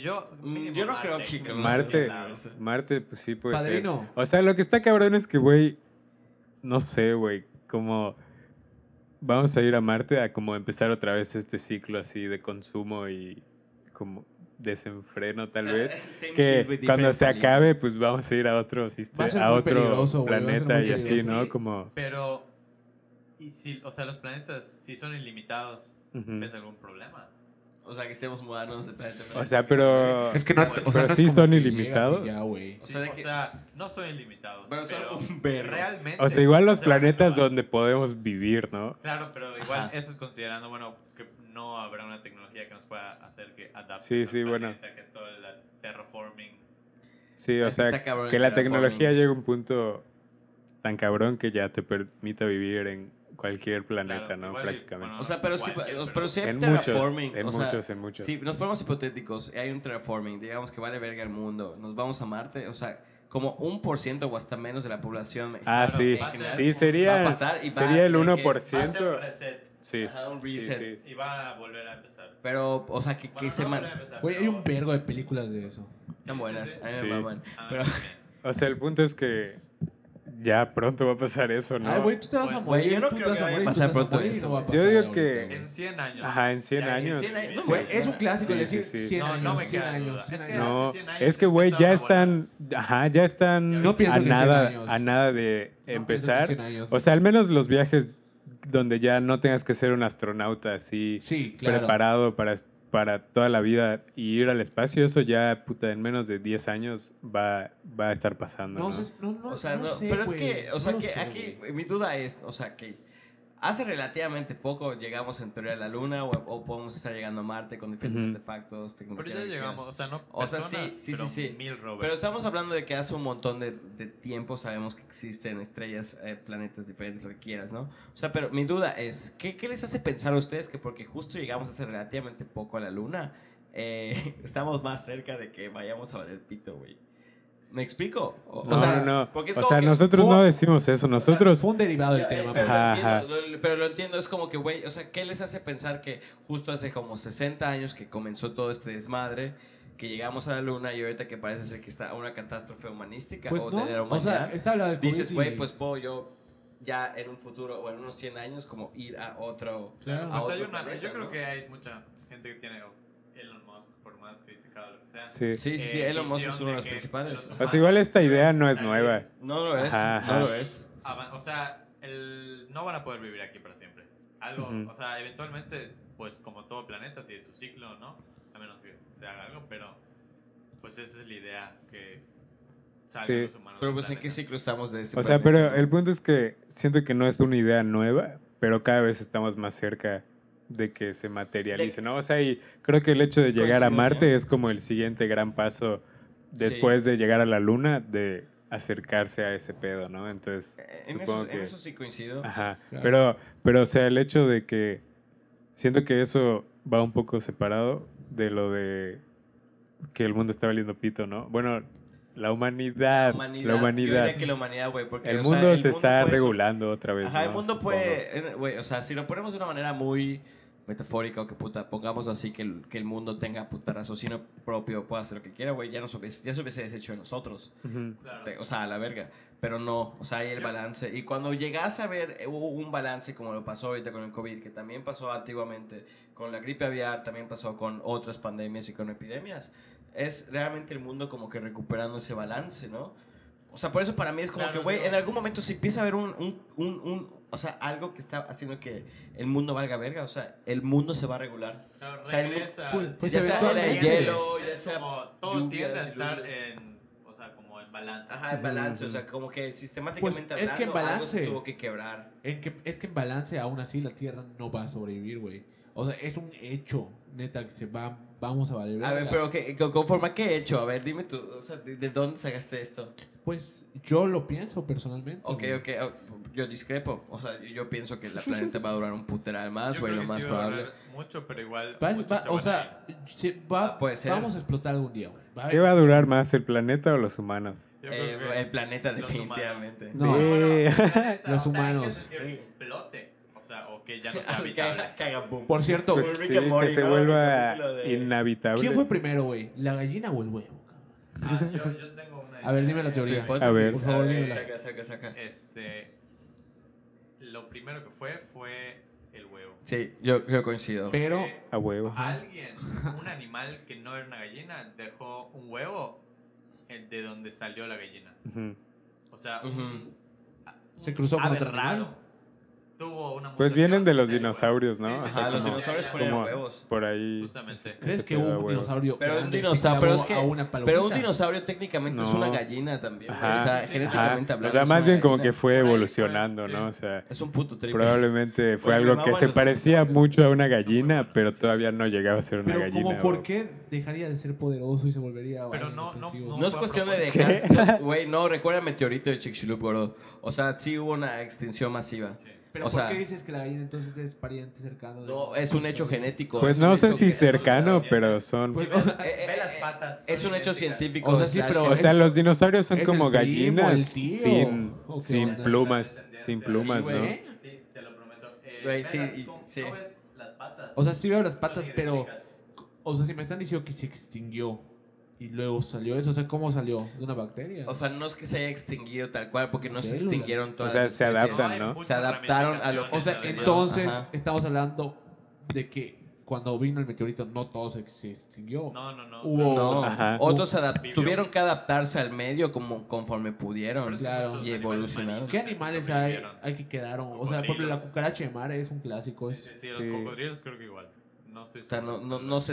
[SPEAKER 4] Yo,
[SPEAKER 3] Mm,
[SPEAKER 4] mínimo
[SPEAKER 3] Yo no
[SPEAKER 4] Marte,
[SPEAKER 3] creo que...
[SPEAKER 4] incluso.
[SPEAKER 1] Marte.
[SPEAKER 4] Claro.
[SPEAKER 1] Marte, pues sí puede
[SPEAKER 5] Padrino.
[SPEAKER 1] ser. O sea, lo que está cabrón es que, güey, no sé, güey, como vamos a ir a Marte a como empezar otra vez este ciclo así de consumo y como desenfreno tal
[SPEAKER 3] O sea,
[SPEAKER 1] vez.
[SPEAKER 3] same shit
[SPEAKER 1] Que
[SPEAKER 3] with
[SPEAKER 1] cuando
[SPEAKER 3] different
[SPEAKER 1] se
[SPEAKER 3] value.
[SPEAKER 1] acabe, pues vamos a ir a otro, siste-
[SPEAKER 5] Va a ser
[SPEAKER 1] a
[SPEAKER 5] muy
[SPEAKER 1] otro
[SPEAKER 5] peligroso, güey, va a ser
[SPEAKER 1] planeta
[SPEAKER 5] muy
[SPEAKER 1] y así,
[SPEAKER 5] peligroso.
[SPEAKER 1] ¿no?
[SPEAKER 4] Sí.
[SPEAKER 1] Como...
[SPEAKER 4] Pero, y si, o sea, los planetas, si son ilimitados,
[SPEAKER 1] Ujú.
[SPEAKER 4] ¿ves algún problema?
[SPEAKER 3] O sea, que estemos mudándonos de planeta.
[SPEAKER 1] O sea, pero...
[SPEAKER 5] Es que no,
[SPEAKER 4] Pues,
[SPEAKER 5] o sea,
[SPEAKER 1] pero
[SPEAKER 5] no es
[SPEAKER 1] sí
[SPEAKER 5] como
[SPEAKER 1] son
[SPEAKER 5] que llegas y
[SPEAKER 1] ilimitados.
[SPEAKER 5] ya, güey.
[SPEAKER 4] Sí,
[SPEAKER 3] O sea, de que-
[SPEAKER 4] no son ilimitados.
[SPEAKER 3] Pero
[SPEAKER 4] Pero,
[SPEAKER 3] son un verbo.
[SPEAKER 4] realmente.
[SPEAKER 1] O sea, igual los
[SPEAKER 4] se van a
[SPEAKER 1] planetas
[SPEAKER 4] acabar.
[SPEAKER 1] donde podemos vivir, ¿no?
[SPEAKER 4] Claro, pero igual
[SPEAKER 3] Ajá.
[SPEAKER 4] eso es considerando, bueno, que no habrá una tecnología que nos pueda hacer que adapte
[SPEAKER 1] Sí, sí, bueno.
[SPEAKER 4] que es todo el terraforming.
[SPEAKER 1] Sí, o
[SPEAKER 3] Es que
[SPEAKER 1] sea,
[SPEAKER 3] está cabrón
[SPEAKER 1] que
[SPEAKER 3] el
[SPEAKER 1] la
[SPEAKER 3] terraforming.
[SPEAKER 1] tecnología llegue a un punto tan cabrón que ya te permita vivir en cualquier planeta,
[SPEAKER 4] Claro,
[SPEAKER 1] ¿no?
[SPEAKER 4] igual y-
[SPEAKER 1] Prácticamente.
[SPEAKER 4] bueno,
[SPEAKER 3] O sea, pero sí,
[SPEAKER 4] Cualquier,
[SPEAKER 3] pero,
[SPEAKER 4] pero-
[SPEAKER 3] sí hay
[SPEAKER 1] en muchos,
[SPEAKER 3] terraforming.
[SPEAKER 1] en
[SPEAKER 3] o sea,
[SPEAKER 1] muchos, en muchos.
[SPEAKER 3] Si nos ponemos hipotéticos, hay un terraforming, digamos que vale verga el mundo, nos vamos a Marte, o sea, como un por ciento o hasta menos de la población mexicana
[SPEAKER 1] ah,
[SPEAKER 4] claro,
[SPEAKER 1] sí.
[SPEAKER 4] va a ser-
[SPEAKER 1] Sí, sería,
[SPEAKER 3] va a pasar y va a
[SPEAKER 1] sería el
[SPEAKER 3] tener que-
[SPEAKER 1] 1%.
[SPEAKER 4] Va a ser un reset
[SPEAKER 1] Sí.
[SPEAKER 3] Ajá, un
[SPEAKER 1] sí,
[SPEAKER 3] reset.
[SPEAKER 1] sí.
[SPEAKER 4] y va a volver a empezar.
[SPEAKER 3] Pero, o sea, que, que
[SPEAKER 4] Bueno,
[SPEAKER 3] se
[SPEAKER 4] no
[SPEAKER 3] man-
[SPEAKER 4] volver a empezar,
[SPEAKER 5] Güey, hay
[SPEAKER 4] pero-
[SPEAKER 5] un vergo de películas de eso.
[SPEAKER 3] Están buenas,
[SPEAKER 4] Sí,
[SPEAKER 3] a mí me
[SPEAKER 1] sí.
[SPEAKER 3] maman.
[SPEAKER 4] Ah,
[SPEAKER 3] Pero,
[SPEAKER 4] también.
[SPEAKER 1] O sea, el punto es que ya pronto va a pasar eso, ¿no?
[SPEAKER 5] Ay, güey, tú te vas a
[SPEAKER 4] Pues,
[SPEAKER 5] morir.
[SPEAKER 3] güey, yo no
[SPEAKER 5] tú
[SPEAKER 3] creo
[SPEAKER 5] te vas
[SPEAKER 3] que
[SPEAKER 5] a
[SPEAKER 3] vaya a
[SPEAKER 5] morir, tú te
[SPEAKER 3] pasar
[SPEAKER 5] vas
[SPEAKER 3] pronto
[SPEAKER 5] morir,
[SPEAKER 3] eso,
[SPEAKER 5] no va a
[SPEAKER 1] güey. Yo
[SPEAKER 5] pasar
[SPEAKER 1] digo
[SPEAKER 5] ahorita,
[SPEAKER 1] que-
[SPEAKER 5] güey.
[SPEAKER 4] En 100 años.
[SPEAKER 1] Ajá, en 100
[SPEAKER 4] Ya, en
[SPEAKER 1] años.
[SPEAKER 4] 100 años.
[SPEAKER 3] No,
[SPEAKER 5] Güey, es un clásico
[SPEAKER 1] Sí,
[SPEAKER 5] decir
[SPEAKER 1] sí, sí.
[SPEAKER 5] 100
[SPEAKER 4] No,
[SPEAKER 5] años.
[SPEAKER 4] no me
[SPEAKER 5] 100
[SPEAKER 4] queda
[SPEAKER 5] años,
[SPEAKER 4] duda.
[SPEAKER 5] 100
[SPEAKER 4] Es que
[SPEAKER 5] años.
[SPEAKER 1] No,
[SPEAKER 4] hace 100 años
[SPEAKER 1] es que, güey, ya
[SPEAKER 4] empezaron a
[SPEAKER 1] están, ajá, ya están
[SPEAKER 5] No pienso
[SPEAKER 1] a
[SPEAKER 5] que en 100
[SPEAKER 1] nada,
[SPEAKER 5] años.
[SPEAKER 1] a nada de
[SPEAKER 5] No pienso que en
[SPEAKER 1] empezar.
[SPEAKER 5] 100 años.
[SPEAKER 1] O sea, al menos los viajes donde ya no tengas que ser un astronauta así
[SPEAKER 5] Sí, claro.
[SPEAKER 1] preparado para, para toda la vida y ir al espacio, eso ya, puta, en menos de 10 años va, va a estar pasando.
[SPEAKER 5] No,
[SPEAKER 1] No,
[SPEAKER 5] sé, no, no,
[SPEAKER 3] o sea,
[SPEAKER 5] no
[SPEAKER 3] no,
[SPEAKER 5] sé,
[SPEAKER 3] pero es
[SPEAKER 5] güey,
[SPEAKER 3] que,
[SPEAKER 5] no
[SPEAKER 3] o sea,
[SPEAKER 5] lo
[SPEAKER 3] que
[SPEAKER 5] sé,
[SPEAKER 3] aquí
[SPEAKER 5] güey.
[SPEAKER 3] mi duda es, o sea, que hace relativamente poco llegamos en teoría a la Luna o, o podemos estar llegando a Marte con diferentes
[SPEAKER 1] Ujú.
[SPEAKER 3] artefactos,
[SPEAKER 4] Pero
[SPEAKER 3] tecnología.
[SPEAKER 4] ya
[SPEAKER 3] lo que
[SPEAKER 4] llegamos,
[SPEAKER 3] quieras.
[SPEAKER 4] o sea, no
[SPEAKER 3] O sea,
[SPEAKER 4] personas,
[SPEAKER 3] sí, sí,
[SPEAKER 4] pero
[SPEAKER 3] sí, sí.
[SPEAKER 4] mil rovers.
[SPEAKER 3] Pero estamos hablando de que hace un montón de, de tiempo sabemos que existen estrellas, eh, planetas diferentes, lo que quieras, ¿no? O sea, pero mi duda es, ¿qué, qué les hace pensar a ustedes que porque justo llegamos hace relativamente poco a la Luna, eh, estamos más cerca de que vayamos a valer pito, güey? ¿Me explico? O,
[SPEAKER 1] no,
[SPEAKER 3] o sea,
[SPEAKER 1] no, no.
[SPEAKER 3] porque es
[SPEAKER 1] O
[SPEAKER 3] como
[SPEAKER 1] sea,
[SPEAKER 3] que-
[SPEAKER 1] nosotros
[SPEAKER 5] fue-
[SPEAKER 1] no decimos eso, nosotros...
[SPEAKER 5] Fue un derivado del
[SPEAKER 3] Ya, eh,
[SPEAKER 5] tema.
[SPEAKER 3] Pero,
[SPEAKER 5] pues.
[SPEAKER 1] pues, Ajá.
[SPEAKER 3] Lo entiendo, lo- pero lo entiendo, es como que, güey, o sea, ¿qué les hace pensar que justo hace como 60 años que comenzó todo este desmadre, que llegamos a la luna y ahorita que parece ser que está una catástrofe humanística
[SPEAKER 5] Pues
[SPEAKER 3] o
[SPEAKER 5] no,
[SPEAKER 3] de la
[SPEAKER 5] o sea,
[SPEAKER 3] humanidad?
[SPEAKER 5] está hablando del
[SPEAKER 3] dices,
[SPEAKER 5] COVID y-
[SPEAKER 3] güey, pues puedo yo ya en un futuro o en unos 100 años como ir a otro...
[SPEAKER 5] Claro.
[SPEAKER 3] a
[SPEAKER 4] O sea, hay
[SPEAKER 3] otro
[SPEAKER 4] una-
[SPEAKER 3] planeta,
[SPEAKER 4] yo creo
[SPEAKER 3] ¿no?
[SPEAKER 4] que hay mucha gente que tiene oh, Elon Musk, por más criticado lo que sea.
[SPEAKER 1] Sí.
[SPEAKER 3] Sí, sí, sí,
[SPEAKER 4] eh,
[SPEAKER 3] Elon Musk
[SPEAKER 4] visión
[SPEAKER 3] es uno de
[SPEAKER 4] de
[SPEAKER 3] los
[SPEAKER 4] que
[SPEAKER 3] principales.
[SPEAKER 4] los humanos-
[SPEAKER 1] O sea, igual esta idea no es
[SPEAKER 4] Salir.
[SPEAKER 1] nueva.
[SPEAKER 3] No lo es,
[SPEAKER 1] Ajá, ajá.
[SPEAKER 3] no lo es.
[SPEAKER 4] Avan- O sea, el- no van a poder vivir aquí para siempre. Algo,
[SPEAKER 1] Ujú.
[SPEAKER 4] o sea, eventualmente, pues como todo planeta tiene su ciclo, ¿no? A menos que se haga algo, pero pues esa es la idea que salgan
[SPEAKER 1] Sí.
[SPEAKER 4] los humanos.
[SPEAKER 3] Pero
[SPEAKER 4] del
[SPEAKER 3] pues en qué
[SPEAKER 4] planeta.
[SPEAKER 3] ciclo estamos de este
[SPEAKER 1] O sea,
[SPEAKER 3] planeta,
[SPEAKER 1] pero
[SPEAKER 3] no?
[SPEAKER 1] el punto es que siento que no es una idea nueva, pero cada vez estamos más cerca de que se materialice, ¿no? O sea, y creo que el hecho de llegar a
[SPEAKER 3] Coincido,
[SPEAKER 1] Marte
[SPEAKER 3] ¿no?
[SPEAKER 1] es como el siguiente gran paso después de llegar a la Luna, de acercarse a ese pedo, ¿no? Entonces,
[SPEAKER 3] Eh, En
[SPEAKER 1] supongo
[SPEAKER 3] eso,
[SPEAKER 1] que...
[SPEAKER 3] en eso sí coincido.
[SPEAKER 1] Ajá,
[SPEAKER 5] Claro.
[SPEAKER 1] pero, pero, o sea, el hecho de que siento que eso va un poco separado de lo de que el mundo está valiendo pito, ¿no? Bueno, la humanidad, la
[SPEAKER 3] yo
[SPEAKER 1] humanidad.
[SPEAKER 3] diría que la humanidad, güey, porque,
[SPEAKER 1] El
[SPEAKER 3] o sea,
[SPEAKER 1] mundo se está
[SPEAKER 3] puede-
[SPEAKER 1] regulando otra vez.
[SPEAKER 3] Ajá, el
[SPEAKER 1] ¿no?
[SPEAKER 3] mundo
[SPEAKER 1] Supongo.
[SPEAKER 3] puede, eh, güey, o sea, si lo ponemos de una manera muy metafórica o que puta, pongamos así que el, que el mundo tenga puta raciocinio propio, pueda hacer lo que quiera, güey, ya, nos hubiese- ya se hubiese deshecho de nosotros.
[SPEAKER 1] Ujú.
[SPEAKER 4] Claro.
[SPEAKER 3] Te- O sea, a la verga. Pero no, o sea, hay el balance. Y cuando llegas a ver eh, hubo un balance como lo pasó ahorita con el COVID, que también pasó antiguamente con la gripe aviar, también pasó con otras pandemias y con epidemias, es realmente el mundo como que recuperando ese balance, ¿no? O sea, por eso para mí es como
[SPEAKER 4] Claro,
[SPEAKER 3] que, güey,
[SPEAKER 4] digo-
[SPEAKER 3] en algún momento se empieza a ver un, un, un, un- o sea, algo que está haciendo que el mundo valga verga, o sea, el mundo se va a regular.
[SPEAKER 4] Claro,
[SPEAKER 3] O sea, el mu-
[SPEAKER 4] regresa.
[SPEAKER 5] pues- pues
[SPEAKER 4] ya
[SPEAKER 3] se
[SPEAKER 4] sea
[SPEAKER 3] ve
[SPEAKER 4] era
[SPEAKER 3] todo
[SPEAKER 4] hielo,
[SPEAKER 3] hielo,
[SPEAKER 4] ya
[SPEAKER 3] ya
[SPEAKER 4] es
[SPEAKER 3] sea
[SPEAKER 4] como todo
[SPEAKER 3] lluvias,
[SPEAKER 4] tiende a estar
[SPEAKER 3] lluvias.
[SPEAKER 4] en, o sea, como en balance.
[SPEAKER 3] Ajá, el balance, o sea, como que sistemáticamente
[SPEAKER 5] Pues, es que en
[SPEAKER 3] hablando, algo se
[SPEAKER 5] balance.
[SPEAKER 3] tuvo que quebrar.
[SPEAKER 5] En que- es que en balance, aún así, la Tierra no va a sobrevivir, güey. O sea, es un hecho, neta, que se va, vamos a valer.
[SPEAKER 3] A ver,
[SPEAKER 5] verga.
[SPEAKER 3] pero ¿qué, con- conforme a qué he hecho? A ver, dime tú, o sea, ¿de, de dónde sacaste esto?
[SPEAKER 5] Pues yo lo pienso personalmente.
[SPEAKER 3] Ok,
[SPEAKER 5] güey.
[SPEAKER 3] ok, oh, yo discrepo. O sea, yo- yo pienso que la planeta va a durar un puteral más,
[SPEAKER 4] Yo
[SPEAKER 3] güey,
[SPEAKER 4] creo
[SPEAKER 3] lo
[SPEAKER 4] que
[SPEAKER 3] más
[SPEAKER 4] sí va a
[SPEAKER 3] probable.
[SPEAKER 4] durar Mucho, pero igual.
[SPEAKER 5] Va-
[SPEAKER 4] muchos
[SPEAKER 5] va-
[SPEAKER 4] se
[SPEAKER 5] o
[SPEAKER 4] van
[SPEAKER 5] sea, se va-
[SPEAKER 3] Ah, puede ser.
[SPEAKER 5] vamos a explotar algún día, güey. Va a
[SPEAKER 1] ¿Qué
[SPEAKER 5] haber-
[SPEAKER 1] va a durar más, el planeta o los humanos?
[SPEAKER 4] a ir. Yo creo
[SPEAKER 3] Eh,
[SPEAKER 4] que-
[SPEAKER 3] el planeta,
[SPEAKER 4] los
[SPEAKER 3] definitivamente.
[SPEAKER 5] No.
[SPEAKER 1] Sí.
[SPEAKER 4] planeta,
[SPEAKER 5] Los
[SPEAKER 4] o sea, ¿en qué
[SPEAKER 5] humanos.
[SPEAKER 4] sentido que explote. O sea, o que ya no sea
[SPEAKER 3] Que haga-
[SPEAKER 4] habitable.
[SPEAKER 3] que haga boom.
[SPEAKER 5] Por cierto,
[SPEAKER 1] Pues
[SPEAKER 3] Rick
[SPEAKER 1] sí,
[SPEAKER 3] and Morty,
[SPEAKER 1] que se
[SPEAKER 3] ¿no?
[SPEAKER 1] vuelva
[SPEAKER 3] El capítulo de-
[SPEAKER 1] inhabitable.
[SPEAKER 5] ¿quién fue primero, güey? ¿La gallina o el huevo? cabrón?
[SPEAKER 4] Ah, yo, yo tengo una
[SPEAKER 5] A ver,
[SPEAKER 4] idea.
[SPEAKER 5] dime la teoría.
[SPEAKER 3] Hipótesis,
[SPEAKER 1] A ver.
[SPEAKER 5] Por favor,
[SPEAKER 3] eh,
[SPEAKER 5] dímela.
[SPEAKER 3] saca, saca, saca.
[SPEAKER 4] Este. Lo primero que fue fue el huevo.
[SPEAKER 3] Sí, yo, yo coincido.
[SPEAKER 5] Pero
[SPEAKER 4] Eh,
[SPEAKER 1] A huevo.
[SPEAKER 4] Alguien, un animal que no era una gallina, dejó un huevo el de donde salió la gallina.
[SPEAKER 1] Ujú.
[SPEAKER 4] O sea,
[SPEAKER 3] Ujú.
[SPEAKER 4] un-
[SPEAKER 5] Se
[SPEAKER 4] un
[SPEAKER 5] cruzó con
[SPEAKER 4] ave
[SPEAKER 5] otro animal.
[SPEAKER 4] raro. Tuvo una
[SPEAKER 1] Pues
[SPEAKER 4] mutación
[SPEAKER 1] vienen de
[SPEAKER 4] y
[SPEAKER 1] los
[SPEAKER 4] salió huevo.
[SPEAKER 1] dinosaurios, ¿no?
[SPEAKER 4] Sí, sí,
[SPEAKER 1] O
[SPEAKER 4] sí,
[SPEAKER 1] sea,
[SPEAKER 3] Ajá, los
[SPEAKER 1] como-
[SPEAKER 3] dinosaurios
[SPEAKER 4] ya, ya,
[SPEAKER 3] ponían
[SPEAKER 1] como-
[SPEAKER 3] huevos.
[SPEAKER 1] por ahí.
[SPEAKER 4] Justamente.
[SPEAKER 5] ¿crees
[SPEAKER 1] Ese
[SPEAKER 5] que
[SPEAKER 1] te da
[SPEAKER 5] un
[SPEAKER 1] huevo.
[SPEAKER 5] dinosaurio
[SPEAKER 3] Pero un
[SPEAKER 5] grande
[SPEAKER 3] dinosaurio,
[SPEAKER 5] se
[SPEAKER 3] pero es
[SPEAKER 5] clavó
[SPEAKER 3] que
[SPEAKER 5] a una palomita?
[SPEAKER 3] Pero un dinosaurio técnicamente es
[SPEAKER 1] No.
[SPEAKER 3] una gallina también. güey.
[SPEAKER 1] Ajá,
[SPEAKER 3] o sea,
[SPEAKER 4] sí, sí.
[SPEAKER 3] genéticamente
[SPEAKER 1] Ajá.
[SPEAKER 3] hablando.
[SPEAKER 1] O sea,
[SPEAKER 3] es
[SPEAKER 1] más
[SPEAKER 3] una
[SPEAKER 1] bien como
[SPEAKER 3] gallina.
[SPEAKER 1] que fue
[SPEAKER 4] Por ahí,
[SPEAKER 1] evolucionando,
[SPEAKER 4] sí.
[SPEAKER 1] ¿no? O sea,
[SPEAKER 3] Es un puto trip.
[SPEAKER 1] probablemente fue
[SPEAKER 3] Pues mi
[SPEAKER 1] algo
[SPEAKER 3] mamá
[SPEAKER 1] que se
[SPEAKER 3] los
[SPEAKER 1] parecía
[SPEAKER 3] dinosaurios.
[SPEAKER 1] mucho a una gallina, pero todavía no llegaba a ser una
[SPEAKER 5] Pero
[SPEAKER 1] gallina.
[SPEAKER 5] como por
[SPEAKER 1] o-
[SPEAKER 5] qué dejaría de ser poderoso y se volvería
[SPEAKER 4] Pero
[SPEAKER 5] alguien
[SPEAKER 4] no- no-
[SPEAKER 5] ofensivo?
[SPEAKER 4] no-
[SPEAKER 3] No es cuestión de
[SPEAKER 1] ¿Qué?
[SPEAKER 3] dejar. no, Güey, no, recuerda el meteorito de Chicxulub, gordo. O sea, sí hubo una extinción masiva.
[SPEAKER 4] Sí.
[SPEAKER 5] Pero
[SPEAKER 3] o
[SPEAKER 5] ¿por
[SPEAKER 3] sea-
[SPEAKER 5] qué dices que la gallina entonces es pariente cercano? de-
[SPEAKER 3] No, es un hecho genético.
[SPEAKER 1] Pues
[SPEAKER 3] es un
[SPEAKER 1] no sé
[SPEAKER 3] hecho
[SPEAKER 1] si
[SPEAKER 3] que-
[SPEAKER 1] cercano,
[SPEAKER 4] son
[SPEAKER 1] pero
[SPEAKER 4] dientes.
[SPEAKER 1] son.
[SPEAKER 5] Pues,
[SPEAKER 4] Ve
[SPEAKER 5] o sea, eh,
[SPEAKER 4] las- ve las patas.
[SPEAKER 3] eh, Es
[SPEAKER 4] son
[SPEAKER 3] un hecho
[SPEAKER 4] idénticas.
[SPEAKER 3] científico.
[SPEAKER 5] O sea, sí,
[SPEAKER 3] slash
[SPEAKER 5] pero-
[SPEAKER 1] O sea, los dinosaurios son
[SPEAKER 5] es
[SPEAKER 1] como
[SPEAKER 5] el primo,
[SPEAKER 1] gallinas
[SPEAKER 5] el tío,
[SPEAKER 1] sin,
[SPEAKER 5] ¿o qué
[SPEAKER 1] sin
[SPEAKER 5] onda?
[SPEAKER 1] plumas, sin plumas,
[SPEAKER 3] Sí,
[SPEAKER 1] ¿no?
[SPEAKER 3] güey.
[SPEAKER 4] Sí, te lo prometo. Eh,
[SPEAKER 3] Güey,
[SPEAKER 4] ve
[SPEAKER 3] sí,
[SPEAKER 4] las-
[SPEAKER 3] y-
[SPEAKER 4] ¿cómo-
[SPEAKER 3] sí.
[SPEAKER 4] ¿no ves las patas?
[SPEAKER 5] O sea, sí veo las patas,
[SPEAKER 4] Son
[SPEAKER 5] pero...
[SPEAKER 4] idénticas.
[SPEAKER 5] O sea, si me están diciendo que se extinguió y luego salió eso, o sea, ¿cómo salió? ¿De una bacteria?
[SPEAKER 3] O sea, no es que se haya extinguido tal cual, porque no se
[SPEAKER 5] Célula.
[SPEAKER 3] extinguieron
[SPEAKER 1] O
[SPEAKER 3] todas
[SPEAKER 1] sea,
[SPEAKER 3] las
[SPEAKER 1] se
[SPEAKER 3] especies.
[SPEAKER 1] adaptan,
[SPEAKER 4] hay
[SPEAKER 1] ¿no?
[SPEAKER 4] muchas
[SPEAKER 3] Se adaptaron a lo-
[SPEAKER 5] O sea,
[SPEAKER 4] ramificaciones,
[SPEAKER 5] entonces
[SPEAKER 3] Ajá.
[SPEAKER 5] estamos hablando de que cuando vino el meteorito no todo se, se extinguió.
[SPEAKER 4] No, no, no.
[SPEAKER 5] Hubo-
[SPEAKER 3] No,
[SPEAKER 1] Ajá.
[SPEAKER 3] otros se adap-
[SPEAKER 4] Vivió.
[SPEAKER 3] tuvieron que adaptarse al medio como conforme
[SPEAKER 4] pero
[SPEAKER 3] pudieron.
[SPEAKER 4] es que
[SPEAKER 5] claro.
[SPEAKER 4] muchos
[SPEAKER 3] Y
[SPEAKER 4] animales
[SPEAKER 3] evolucionaron.
[SPEAKER 4] marinos,
[SPEAKER 5] ¿Qué
[SPEAKER 4] o sea, sí
[SPEAKER 5] animales hay,
[SPEAKER 4] sobrevivieron.
[SPEAKER 5] hay que quedaron? O sea, por ejemplo, la
[SPEAKER 4] Cocodrilos.
[SPEAKER 5] cucaracha de mar es un clásico. es-
[SPEAKER 4] Sí, sí, los
[SPEAKER 1] Sí.
[SPEAKER 4] cocodrilos creo que igual. No estoy
[SPEAKER 3] O sea, no, no, no sé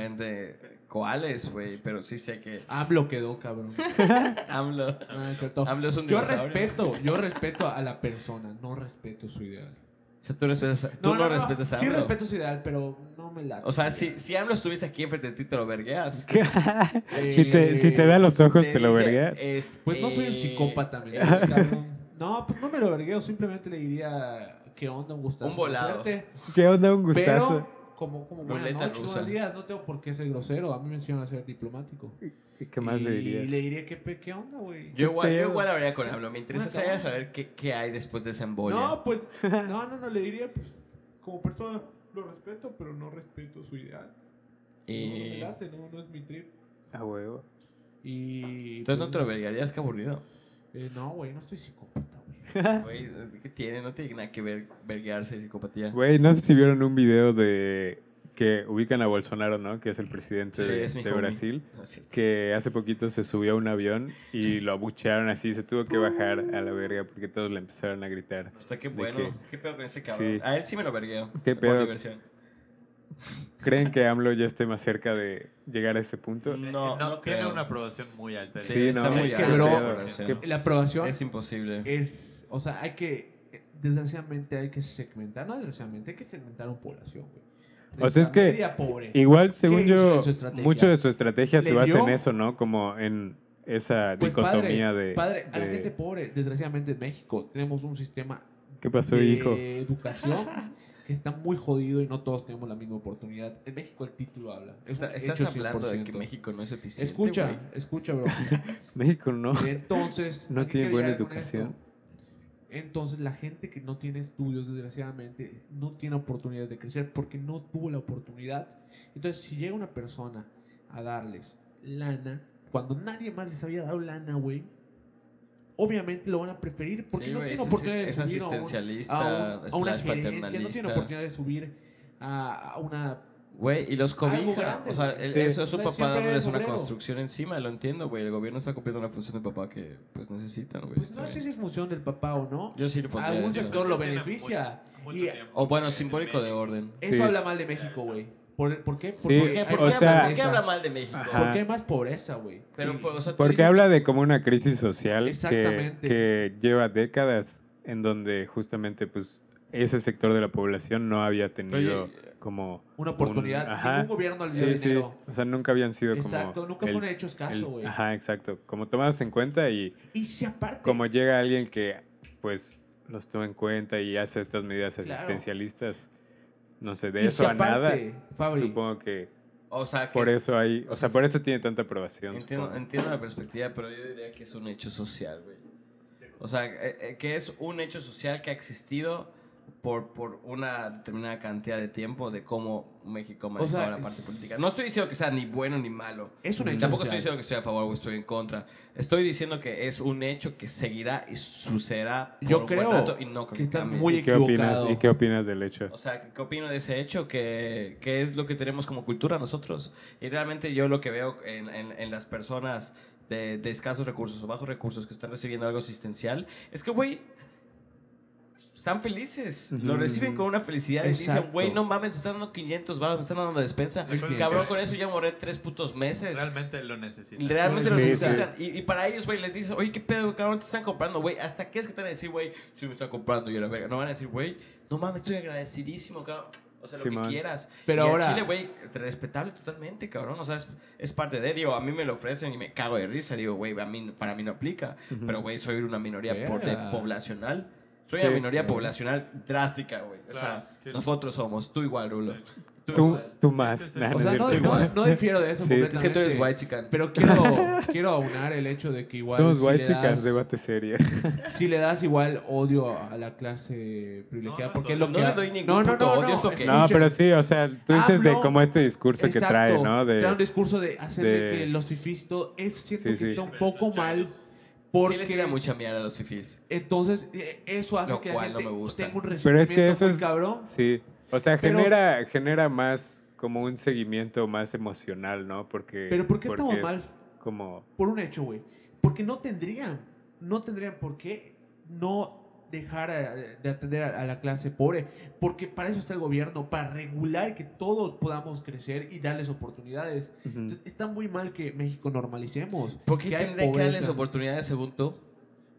[SPEAKER 3] específicamente cuáles, güey, pero sí sé que
[SPEAKER 5] AMLO quedó, Ah, cabrón. Ah,
[SPEAKER 3] AMLO,
[SPEAKER 5] No, no es cierto.
[SPEAKER 3] AMLO es un
[SPEAKER 5] Yo
[SPEAKER 3] dinosaurio.
[SPEAKER 5] respeto, yo respeto a la persona, no respeto su ideal.
[SPEAKER 3] O sea, tú, respetas a- tú no, respetas a
[SPEAKER 5] Sí
[SPEAKER 3] AMLO.
[SPEAKER 5] respeto su ideal, pero no me la.
[SPEAKER 3] O sea, si, si AMLO estuviese aquí enfrente de ti, te lo vergueas.
[SPEAKER 1] si, te, si te ve a los ojos, te lo
[SPEAKER 3] dice,
[SPEAKER 1] vergueas.
[SPEAKER 3] este,
[SPEAKER 5] Eh, Pues no soy un psicópata, me
[SPEAKER 3] eh,
[SPEAKER 5] digo, cabrón. No, pues no me lo vergueo, simplemente le diría qué onda, un gustazo.
[SPEAKER 3] Un volado.
[SPEAKER 5] conocerte,
[SPEAKER 1] ¿Qué onda, un gustazo?
[SPEAKER 5] Pero como como buena
[SPEAKER 3] Ruleta
[SPEAKER 5] noche,
[SPEAKER 3] rusa.
[SPEAKER 5] buenos días, no tengo por qué ser grosero, a mí me enseñaron a ser diplomático.
[SPEAKER 1] ¿Y ¿Qué más le
[SPEAKER 5] Y
[SPEAKER 1] dirías?
[SPEAKER 5] le diría qué pe- qué onda, güey.
[SPEAKER 3] Yo igual, yo
[SPEAKER 1] pedo?
[SPEAKER 3] igual hablaría con AMLO. Me interesa
[SPEAKER 5] Una
[SPEAKER 3] saber,
[SPEAKER 5] cabrón.
[SPEAKER 3] saber qué, qué hay después de esa embolia.
[SPEAKER 5] No, pues no, no, no le diría pues como persona lo respeto, pero no respeto su ideal. No, no me
[SPEAKER 3] y...
[SPEAKER 5] late, no, no es mi trip.
[SPEAKER 1] A huevo.
[SPEAKER 5] Y
[SPEAKER 3] Entonces no
[SPEAKER 5] pues,
[SPEAKER 3] te lo verguearías, qué aburrido.
[SPEAKER 5] eh, no, güey, no estoy psicópata, güey.
[SPEAKER 3] Güey, ¿qué tiene? No tiene nada que ver verguearse y psicopatía.
[SPEAKER 1] Güey, no sé si vieron un video de que ubican a Bolsonaro, ¿no? Que es el presidente
[SPEAKER 3] Sí,
[SPEAKER 1] de,
[SPEAKER 3] es mi
[SPEAKER 1] de
[SPEAKER 3] homie.
[SPEAKER 1] Brasil.
[SPEAKER 3] No es cierto.
[SPEAKER 1] Que hace poquito se subió a un avión y lo abuchearon así. Se tuvo que bajar a la verga porque todos le empezaron a gritar.
[SPEAKER 3] Está que
[SPEAKER 1] ¿De
[SPEAKER 3] bueno.
[SPEAKER 1] qué?
[SPEAKER 3] Qué? pedo con ese cabrón?
[SPEAKER 1] Sí.
[SPEAKER 3] A él sí me lo vergueo.
[SPEAKER 1] ¿Qué
[SPEAKER 3] Por
[SPEAKER 1] pedo?
[SPEAKER 3] diversión.
[SPEAKER 1] ¿Creen que AMLO ya esté más cerca de llegar a ese punto?
[SPEAKER 4] Eh,
[SPEAKER 3] No, no
[SPEAKER 4] tiene
[SPEAKER 3] creo.
[SPEAKER 4] una aprobación muy alta.
[SPEAKER 1] Sí,
[SPEAKER 4] Dice,
[SPEAKER 1] no,
[SPEAKER 3] está muy
[SPEAKER 5] es que,
[SPEAKER 3] alto,
[SPEAKER 5] bro,
[SPEAKER 3] cabrón,
[SPEAKER 1] es
[SPEAKER 3] sí,
[SPEAKER 1] que-
[SPEAKER 3] ¿no?
[SPEAKER 5] La aprobación
[SPEAKER 3] Es imposible.
[SPEAKER 5] es, o sea, hay que, desgraciadamente hay que segmentar, no desgraciadamente, hay que segmentar una población, güey.
[SPEAKER 1] O sea, es que
[SPEAKER 5] Media pobre.
[SPEAKER 1] Igual, según
[SPEAKER 5] hizo
[SPEAKER 1] yo,
[SPEAKER 5] de su estrategia?
[SPEAKER 1] mucho de su estrategia se
[SPEAKER 5] ¿Le
[SPEAKER 1] basa en
[SPEAKER 5] dio?
[SPEAKER 1] eso, ¿no? Como en esa
[SPEAKER 5] Pues,
[SPEAKER 1] dicotomía
[SPEAKER 5] padre,
[SPEAKER 1] de...
[SPEAKER 5] padre, a la
[SPEAKER 1] de-
[SPEAKER 5] gente pobre, desgraciadamente en México tenemos un sistema
[SPEAKER 1] ¿Qué pasó,
[SPEAKER 5] de
[SPEAKER 1] hijo?
[SPEAKER 5] educación que está muy jodido y no todos tenemos la misma oportunidad. En México el título habla. Es
[SPEAKER 3] Está-
[SPEAKER 5] un
[SPEAKER 3] estás
[SPEAKER 5] hecho
[SPEAKER 3] hablando de que
[SPEAKER 5] 100%.
[SPEAKER 3] México no es eficiente.
[SPEAKER 5] Escucha,
[SPEAKER 3] güey.
[SPEAKER 5] escucha, bro.
[SPEAKER 1] México, ¿no?
[SPEAKER 5] Y Entonces.
[SPEAKER 1] No
[SPEAKER 5] ¿a qué
[SPEAKER 1] tiene
[SPEAKER 5] quiero
[SPEAKER 1] buena
[SPEAKER 5] llegar con
[SPEAKER 1] educación.
[SPEAKER 5] esto? Entonces, la gente que no tiene estudios, desgraciadamente, no tiene oportunidad de crecer porque no tuvo la oportunidad. Entonces, si llega una persona a darles lana, cuando nadie más les había dado lana, güey, obviamente lo van a preferir porque
[SPEAKER 3] Sí,
[SPEAKER 5] no
[SPEAKER 3] güey,
[SPEAKER 5] tiene
[SPEAKER 3] es
[SPEAKER 5] oportunidad
[SPEAKER 3] asi-
[SPEAKER 5] de
[SPEAKER 3] es
[SPEAKER 5] subir a, un-
[SPEAKER 3] asistencialista,
[SPEAKER 5] a, un- a una
[SPEAKER 3] slash
[SPEAKER 5] gerencia, no tiene
[SPEAKER 3] paternalista.
[SPEAKER 5] oportunidad de subir a, a una.
[SPEAKER 3] Güey, y los cobija.
[SPEAKER 5] grande,
[SPEAKER 3] O sea,
[SPEAKER 5] güey.
[SPEAKER 3] el-
[SPEAKER 1] Sí.
[SPEAKER 3] eso es su
[SPEAKER 5] O sea,
[SPEAKER 3] papá
[SPEAKER 5] siempre
[SPEAKER 3] dándoles
[SPEAKER 5] es
[SPEAKER 3] una
[SPEAKER 5] obrero.
[SPEAKER 3] construcción encima, lo entiendo, güey. El gobierno está cumpliendo una función de papá que pues necesitan, güey.
[SPEAKER 5] Pues
[SPEAKER 3] está
[SPEAKER 5] no sé
[SPEAKER 3] bien.
[SPEAKER 5] si es función del papá o no.
[SPEAKER 3] Yo sí lo pondría.
[SPEAKER 5] Algún
[SPEAKER 3] eso.
[SPEAKER 5] sector lo
[SPEAKER 4] Tiene
[SPEAKER 5] beneficia.
[SPEAKER 4] mu- mucho
[SPEAKER 5] Y-
[SPEAKER 4] tiempo
[SPEAKER 3] O bueno,
[SPEAKER 4] en-
[SPEAKER 3] simbólico
[SPEAKER 4] en
[SPEAKER 3] de
[SPEAKER 4] medio.
[SPEAKER 3] orden.
[SPEAKER 5] Eso
[SPEAKER 1] Sí.
[SPEAKER 5] habla mal de México, güey. ¿Por, por qué?
[SPEAKER 1] Sí,
[SPEAKER 3] ¿Por qué, por
[SPEAKER 1] o
[SPEAKER 3] qué
[SPEAKER 1] sea-
[SPEAKER 3] habla, por qué habla mal de México?
[SPEAKER 1] Ajá.
[SPEAKER 5] Porque hay más pobreza, güey.
[SPEAKER 3] Pero,
[SPEAKER 5] Y-
[SPEAKER 3] pues, o sea, tú
[SPEAKER 1] Porque
[SPEAKER 3] dices-
[SPEAKER 1] habla de como una crisis social que,
[SPEAKER 5] Exactamente.
[SPEAKER 1] que lleva décadas en donde justamente pues ese sector de la población no había tenido
[SPEAKER 3] Oye,
[SPEAKER 1] como...
[SPEAKER 5] una oportunidad.
[SPEAKER 1] un- ajá.
[SPEAKER 5] Ningún gobierno le dio
[SPEAKER 1] Sí, sí.
[SPEAKER 5] dinero.
[SPEAKER 1] O sea, nunca habían sido como...
[SPEAKER 5] Exacto, nunca
[SPEAKER 1] el-
[SPEAKER 5] fueron hechos
[SPEAKER 1] el-
[SPEAKER 5] caso, güey.
[SPEAKER 1] Ajá, exacto. Como tomados en cuenta y...
[SPEAKER 5] Y si aparte.
[SPEAKER 1] como llega alguien que pues los toma en cuenta y hace estas medidas
[SPEAKER 5] Claro.
[SPEAKER 1] asistencialistas, no sé, de
[SPEAKER 5] y
[SPEAKER 1] eso
[SPEAKER 5] si
[SPEAKER 1] a nada,
[SPEAKER 5] aparte, Fabri,
[SPEAKER 1] supongo que
[SPEAKER 3] O sea, que
[SPEAKER 1] por
[SPEAKER 3] es-
[SPEAKER 1] eso hay,
[SPEAKER 3] o
[SPEAKER 1] o sea,
[SPEAKER 3] sea,
[SPEAKER 1] por
[SPEAKER 3] sí.
[SPEAKER 1] eso tiene tanta aprobación.
[SPEAKER 3] Entiendo,
[SPEAKER 1] supongo.
[SPEAKER 3] entiendo la perspectiva, pero yo diría que es un hecho social, güey. O sea, eh, eh, que es un hecho social que ha existido por, por una determinada cantidad de tiempo de cómo México manejaba
[SPEAKER 5] sea,
[SPEAKER 3] la parte
[SPEAKER 5] es-
[SPEAKER 3] política. No estoy diciendo que sea ni bueno ni malo.
[SPEAKER 5] Es una
[SPEAKER 3] Y
[SPEAKER 5] hecho
[SPEAKER 3] Mm, Tampoco
[SPEAKER 5] social.
[SPEAKER 3] estoy diciendo que estoy a favor o estoy en contra. Estoy diciendo que es un hecho que seguirá y sucederá. por
[SPEAKER 5] Yo
[SPEAKER 3] un buen
[SPEAKER 5] creo
[SPEAKER 3] rato y no creo
[SPEAKER 5] que estás
[SPEAKER 3] cambie.
[SPEAKER 5] muy
[SPEAKER 1] ¿Y qué, opinas,
[SPEAKER 5] equivocado.
[SPEAKER 1] ¿Y qué opinas del hecho?
[SPEAKER 3] O sea, ¿qué opino de ese hecho? Que, que es lo que tenemos como cultura nosotros. Y realmente yo lo que veo en, en- en las personas de, de escasos recursos o bajos recursos que están recibiendo algo asistencial es que, güey, están felices. Lo
[SPEAKER 1] Ujú.
[SPEAKER 3] reciben con una felicidad y dicen,
[SPEAKER 5] Exacto.
[SPEAKER 3] güey, no mames, me están dando 500 balas, me están dando despensa.
[SPEAKER 4] La cosa es
[SPEAKER 3] Cabrón,
[SPEAKER 4] que-
[SPEAKER 3] con eso ya moré tres putos meses.
[SPEAKER 4] Realmente lo necesitas.
[SPEAKER 3] Realmente lo
[SPEAKER 1] Sí,
[SPEAKER 3] necesitan. Y, y para ellos, güey, les dices, oye, qué pedo, cabrón, te están comprando, güey. ¿Hasta qué es que te van a decir, güey? Sí, me están comprando, yo la verga. No van a decir, güey, no mames, estoy agradecidísimo, cabrón. O sea, lo que
[SPEAKER 1] Simón.
[SPEAKER 3] quieras.
[SPEAKER 5] Pero
[SPEAKER 3] Y a
[SPEAKER 5] ahora-
[SPEAKER 3] Chile, güey, respetable totalmente, cabrón. O sea, es, es parte de. Digo, a mí me lo ofrecen y me cago de risa. Digo, güey, a mí, para mí no aplica.
[SPEAKER 1] Ujú.
[SPEAKER 3] Pero, güey, soy una minoría por- de-
[SPEAKER 5] Verga.
[SPEAKER 3] poblacional. Soy
[SPEAKER 1] Sí.
[SPEAKER 3] una minoría poblacional drástica, güey. O
[SPEAKER 4] Claro,
[SPEAKER 3] sea,
[SPEAKER 4] sí.
[SPEAKER 3] nosotros somos. Tú igual, Rulo.
[SPEAKER 4] Sí.
[SPEAKER 3] Tú,
[SPEAKER 1] Tú,
[SPEAKER 3] igual.
[SPEAKER 1] tú
[SPEAKER 4] sí,
[SPEAKER 1] más.
[SPEAKER 4] sí.
[SPEAKER 1] Nah,
[SPEAKER 5] O sea, no,
[SPEAKER 1] es cierto.
[SPEAKER 5] no, no difiero de eso
[SPEAKER 1] Sí.
[SPEAKER 5] completamente.
[SPEAKER 3] Es que tú eres white chican.
[SPEAKER 5] Pero quiero, quiero aunar el hecho de que igual.
[SPEAKER 1] Somos
[SPEAKER 5] si
[SPEAKER 1] white
[SPEAKER 5] le das-
[SPEAKER 1] chicas, debate serio.
[SPEAKER 5] Si le das igual odio a la clase privilegiada,
[SPEAKER 4] No, no
[SPEAKER 5] porque es
[SPEAKER 4] soy-
[SPEAKER 5] lo que.
[SPEAKER 3] no le doy ningún
[SPEAKER 5] no, no,
[SPEAKER 3] puto
[SPEAKER 5] no,
[SPEAKER 3] odio,
[SPEAKER 5] no,
[SPEAKER 3] es lo que-
[SPEAKER 5] escucha.
[SPEAKER 1] No, pero sí, o sea, tú dices de
[SPEAKER 5] Hablo-
[SPEAKER 1] como este discurso que
[SPEAKER 5] Exacto,
[SPEAKER 1] trae, ¿no? De,
[SPEAKER 5] trae un discurso de hacer de,
[SPEAKER 1] de-
[SPEAKER 5] que los fifís todo. Es cierto
[SPEAKER 1] Sí,
[SPEAKER 5] que
[SPEAKER 1] sí.
[SPEAKER 5] está un
[SPEAKER 4] Pero
[SPEAKER 5] poco
[SPEAKER 4] escucha,
[SPEAKER 5] mal.
[SPEAKER 4] los-
[SPEAKER 3] Sí
[SPEAKER 5] Porque
[SPEAKER 3] les tira mucha mierda a los fifís.
[SPEAKER 5] entonces eh, eso hace
[SPEAKER 3] Lo
[SPEAKER 5] que la
[SPEAKER 3] cual no
[SPEAKER 5] gente
[SPEAKER 3] me gusta.
[SPEAKER 5] tenga un resentimiento
[SPEAKER 1] Pero es que eso
[SPEAKER 5] muy
[SPEAKER 1] es.
[SPEAKER 5] cabrón.
[SPEAKER 1] Sí. O sea,
[SPEAKER 5] Pero-
[SPEAKER 1] genera, genera más como un seguimiento más emocional, ¿no? Porque.
[SPEAKER 5] Pero ¿por qué estamos
[SPEAKER 1] es
[SPEAKER 5] mal?
[SPEAKER 1] Como.
[SPEAKER 5] Por un hecho, güey. Porque no tendrían, no tendrían por qué no dejar a- de atender a, a la clase pobre. Porque para eso está el gobierno, para regular que todos podamos crecer y darles oportunidades.
[SPEAKER 1] ujú.
[SPEAKER 5] Entonces está muy mal que México normalicemos.
[SPEAKER 3] Mm. ¿Por qué
[SPEAKER 5] hay
[SPEAKER 3] tendrían que darles
[SPEAKER 5] pobreza.
[SPEAKER 3] oportunidades según tú?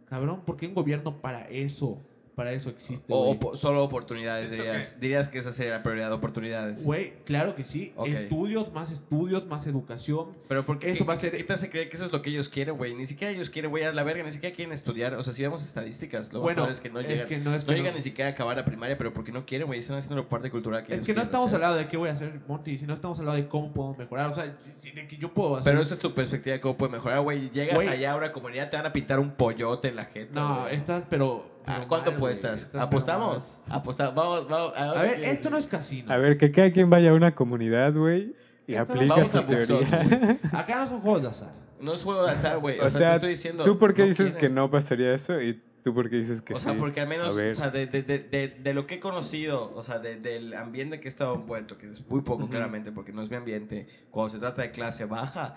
[SPEAKER 5] Cabrón, ¿por qué un gobierno para eso? Para eso existe.
[SPEAKER 3] O
[SPEAKER 5] güey?
[SPEAKER 3] opo- solo oportunidades,
[SPEAKER 4] Siento
[SPEAKER 3] dirías. Dirías que esa sería la prioridad, oportunidades.
[SPEAKER 5] Güey, claro que sí.
[SPEAKER 3] Ok.
[SPEAKER 5] Estudios, más estudios, más educación.
[SPEAKER 3] Pero porque
[SPEAKER 5] eso va a ser-
[SPEAKER 3] ¿Qué te hace creer que eso es lo que ellos quieren, güey? Ni siquiera ellos quieren, güey, a la verga, ni siquiera quieren estudiar. O sea, si vemos estadísticas, lo más
[SPEAKER 5] bueno,
[SPEAKER 3] probable es que no llegan.
[SPEAKER 5] que no es
[SPEAKER 3] no
[SPEAKER 5] que
[SPEAKER 3] llegan
[SPEAKER 5] no-
[SPEAKER 3] ni siquiera a acabar la primaria, pero porque no quieren, güey. Están haciendo la parte cultural que
[SPEAKER 5] Es
[SPEAKER 3] ellos
[SPEAKER 5] que no
[SPEAKER 3] quieren
[SPEAKER 5] estamos
[SPEAKER 3] hacer.
[SPEAKER 5] hablando de qué voy a hacer, Monty, sino estamos hablando de cómo podemos mejorar. O sea, si- de que yo puedo hacer.
[SPEAKER 3] Pero esa es tu perspectiva de cómo puede mejorar, güey. Llegas
[SPEAKER 5] Güey.
[SPEAKER 3] allá a una comunidad, te van a pintar un pollote en la jeta.
[SPEAKER 5] No,
[SPEAKER 3] güey.
[SPEAKER 5] estás, pero.
[SPEAKER 3] Ah,
[SPEAKER 5] pero
[SPEAKER 3] ¿Cuánto
[SPEAKER 5] mal, güey,
[SPEAKER 3] apuestas?
[SPEAKER 5] estás, pero
[SPEAKER 3] ¿Apostamos? Apostamos. Vamos, vamos.
[SPEAKER 5] mal.
[SPEAKER 3] dónde
[SPEAKER 5] A ver,
[SPEAKER 3] quieres
[SPEAKER 5] esto
[SPEAKER 3] ir?
[SPEAKER 5] no es casino.
[SPEAKER 1] A ver, que cada quien vaya a una comunidad, güey, y
[SPEAKER 5] Esto-
[SPEAKER 1] aplica
[SPEAKER 3] Vamos
[SPEAKER 1] su
[SPEAKER 3] a
[SPEAKER 1] teoría.
[SPEAKER 3] Buxots.
[SPEAKER 5] Acá no son juegos de azar.
[SPEAKER 3] No es juego de azar, güey. O,
[SPEAKER 1] O
[SPEAKER 3] sea,
[SPEAKER 1] sea,
[SPEAKER 3] te estoy diciendo.
[SPEAKER 1] ¿Tú por qué
[SPEAKER 3] no
[SPEAKER 1] dices
[SPEAKER 3] quieren.
[SPEAKER 1] que no pasaría eso y tú por qué dices que
[SPEAKER 3] O
[SPEAKER 1] sí?
[SPEAKER 3] sea, porque al menos,
[SPEAKER 1] A ver.
[SPEAKER 3] o sea, de, de- de- de- de lo que he conocido, o sea, de- del ambiente que he estado envuelto, que es muy poco
[SPEAKER 1] Ujú.
[SPEAKER 3] claramente, porque no es mi ambiente, cuando se trata de clase baja,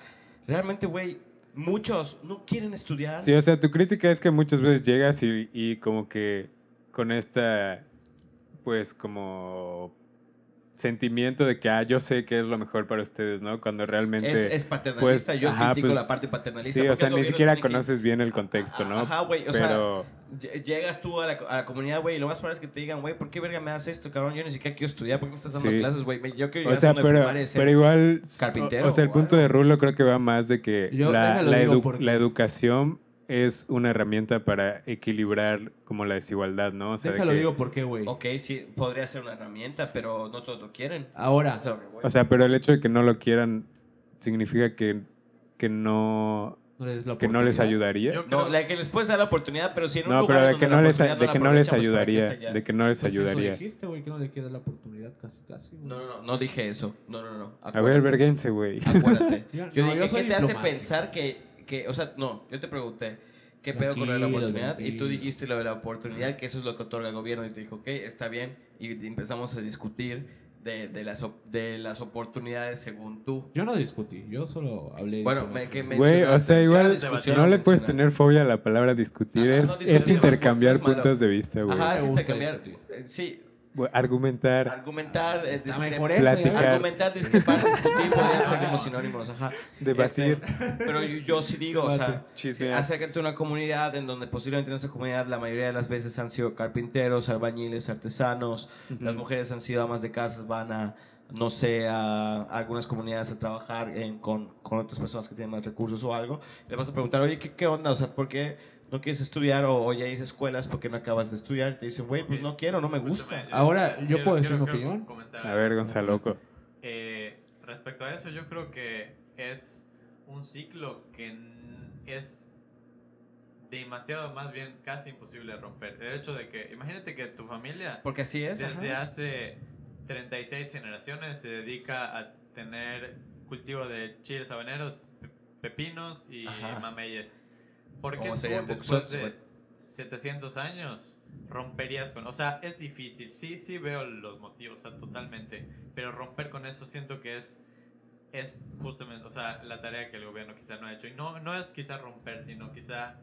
[SPEAKER 3] realmente, güey, muchos no quieren estudiar.
[SPEAKER 1] Sí, o sea, tu crítica es que muchas veces llegas y, y como que con esta, pues como sentimiento de que, ah, yo sé que es lo mejor para ustedes, ¿no? Cuando realmente...
[SPEAKER 3] es, es paternalista,
[SPEAKER 1] pues,
[SPEAKER 3] yo
[SPEAKER 1] ajá,
[SPEAKER 3] critico
[SPEAKER 1] pues,
[SPEAKER 3] la parte paternalista.
[SPEAKER 1] sí, o
[SPEAKER 3] porque
[SPEAKER 1] sea,
[SPEAKER 3] el
[SPEAKER 1] ni
[SPEAKER 3] gobierno
[SPEAKER 1] siquiera
[SPEAKER 3] tiene que-
[SPEAKER 1] contexto, bien el contexto, ¿no?
[SPEAKER 3] Ajá, güey, o sea,
[SPEAKER 1] Pero...
[SPEAKER 3] Lle- Llegas tú a la, co- a la comunidad, güey, y lo más probable es que te digan, güey, ¿por qué verga me das esto, cabrón? Yo ni siquiera quiero estudiar, ¿por qué me estás dando
[SPEAKER 1] Sí.
[SPEAKER 3] clases, güey? Me- Yo quiero
[SPEAKER 1] O
[SPEAKER 3] llegar
[SPEAKER 1] sea,
[SPEAKER 3] a segundo de
[SPEAKER 1] pero,
[SPEAKER 3] primaria y ser-
[SPEAKER 1] pero igual.
[SPEAKER 3] carpintero
[SPEAKER 1] o- O sea, el
[SPEAKER 3] o
[SPEAKER 1] punto
[SPEAKER 3] algo.
[SPEAKER 1] de Rulo creo que va más de que
[SPEAKER 5] Yo-
[SPEAKER 1] la,
[SPEAKER 5] déjalo
[SPEAKER 1] la
[SPEAKER 5] digo
[SPEAKER 1] edu-
[SPEAKER 5] porque-
[SPEAKER 1] la educación es una herramienta para equilibrar como la desigualdad, ¿no? O sea, de
[SPEAKER 5] Déjalo
[SPEAKER 1] que-
[SPEAKER 5] digo por qué, güey.
[SPEAKER 3] Ok, sí, podría ser una herramienta, pero no todos lo quieren.
[SPEAKER 5] Ahora,
[SPEAKER 3] Es a lo que voy.
[SPEAKER 1] o sea, pero el hecho de que no lo quieran significa que, que no
[SPEAKER 5] no les des la
[SPEAKER 1] que no les
[SPEAKER 5] oportunidad.
[SPEAKER 1] ayudaría.
[SPEAKER 4] Yo-
[SPEAKER 3] No,
[SPEAKER 4] creo-
[SPEAKER 3] la que les puedes dar la oportunidad, pero si en un
[SPEAKER 1] no,
[SPEAKER 3] lugar
[SPEAKER 1] pero de
[SPEAKER 3] donde
[SPEAKER 1] que
[SPEAKER 3] la
[SPEAKER 1] no les
[SPEAKER 3] oportunidad
[SPEAKER 1] de
[SPEAKER 3] la
[SPEAKER 1] que no les
[SPEAKER 3] aprovechan, pues, ¿para qué
[SPEAKER 1] ayudaría,
[SPEAKER 3] está ya?
[SPEAKER 1] de que no les
[SPEAKER 5] Pues eso
[SPEAKER 1] ayudaría.
[SPEAKER 5] dijiste, güey, que no le quieras la oportunidad casi, casi. güey.
[SPEAKER 3] No, no, no, no dije eso. No, no, no.
[SPEAKER 1] A ver,
[SPEAKER 3] acuérdate,
[SPEAKER 1] verguense, güey.
[SPEAKER 3] Acuérdate.
[SPEAKER 5] Yo-
[SPEAKER 3] Yo
[SPEAKER 5] no,
[SPEAKER 3] dije,
[SPEAKER 5] yo soy
[SPEAKER 3] ¿qué te hace
[SPEAKER 5] diplomático.
[SPEAKER 3] pensar que, que, o sea, no, yo te pregunté, ¿qué pedo con lo de la
[SPEAKER 5] Tranquilo,
[SPEAKER 3] oportunidad? Y tú
[SPEAKER 5] tranquilo.
[SPEAKER 3] dijiste lo de la oportunidad, que eso es lo que otorga el gobierno. Y te dijo, ok, está bien. Y empezamos a discutir de, de, las, op- de las oportunidades según tú.
[SPEAKER 5] Yo no discutí, yo solo hablé. de
[SPEAKER 3] Bueno,
[SPEAKER 5] todo
[SPEAKER 3] me-
[SPEAKER 5] eso.
[SPEAKER 3] que me-
[SPEAKER 1] Güey, o sea,
[SPEAKER 3] mencionaste,
[SPEAKER 1] igual
[SPEAKER 4] sea,
[SPEAKER 1] si no le puedes
[SPEAKER 3] mencionaste.
[SPEAKER 1] tener fobia a la palabra discutir,
[SPEAKER 3] Ajá,
[SPEAKER 1] es,
[SPEAKER 3] no
[SPEAKER 1] es
[SPEAKER 3] discutir, no,
[SPEAKER 1] intercambiar
[SPEAKER 3] es malo.
[SPEAKER 1] puntos de vista, güey.
[SPEAKER 3] Ajá,
[SPEAKER 5] Me
[SPEAKER 3] es
[SPEAKER 5] gusta
[SPEAKER 3] intercambiar.
[SPEAKER 5] discutir.
[SPEAKER 3] eh, Sí,
[SPEAKER 1] Argumentar.
[SPEAKER 3] argumentar, eh,
[SPEAKER 5] Está
[SPEAKER 3] discrepar.
[SPEAKER 5] mejor eso,
[SPEAKER 1] Platicar.
[SPEAKER 5] ya ves.
[SPEAKER 3] Argumentar, discrepar, discutir, podrían ser como sinónimos, ajá.
[SPEAKER 1] Debatir.
[SPEAKER 3] Este, pero yo, yo sí digo, o sea,
[SPEAKER 1] Chismear.
[SPEAKER 3] acércate a una comunidad en donde posiblemente en esa comunidad la mayoría de las veces han sido carpinteros, albañiles, artesanos, las mujeres han sido amas de casas, van a, no sé, a algunas comunidades a trabajar en- con, con otras personas que tienen más recursos o algo. Le vas a preguntar, oye, ¿qué, qué onda? O sea, ¿por qué no quieres estudiar? O, oye, hay escuelas, ¿por qué no acabas de estudiar? Y te dicen, güey, pues no quiero, no me gusta.
[SPEAKER 4] Escúchame,
[SPEAKER 5] Ahora, ¿yo puedo decir mi
[SPEAKER 4] quiero
[SPEAKER 5] opinión?
[SPEAKER 4] comentar
[SPEAKER 1] A ver, Gonzaloco.
[SPEAKER 4] Eh, respecto a eso, yo creo que es un ciclo que n- es demasiado, más bien casi imposible de romper. El hecho de que, imagínate que tu familia
[SPEAKER 3] Porque así es.
[SPEAKER 4] desde
[SPEAKER 3] ajá.
[SPEAKER 4] hace 36 generaciones se dedica a tener cultivo de chiles habaneros, pe- pepinos y
[SPEAKER 3] Ajá.
[SPEAKER 4] mameyes. Porque
[SPEAKER 3] Como
[SPEAKER 4] tú
[SPEAKER 3] serían
[SPEAKER 4] después
[SPEAKER 3] boxers,
[SPEAKER 4] de
[SPEAKER 3] güey.
[SPEAKER 4] 700 años romperías con... O sea, es difícil, sí, sí veo los motivos, o sea, totalmente. Pero romper con eso siento que es... Es justamente, o sea, la tarea que el gobierno quizá no ha hecho. Y no, no es quizá romper, sino quizá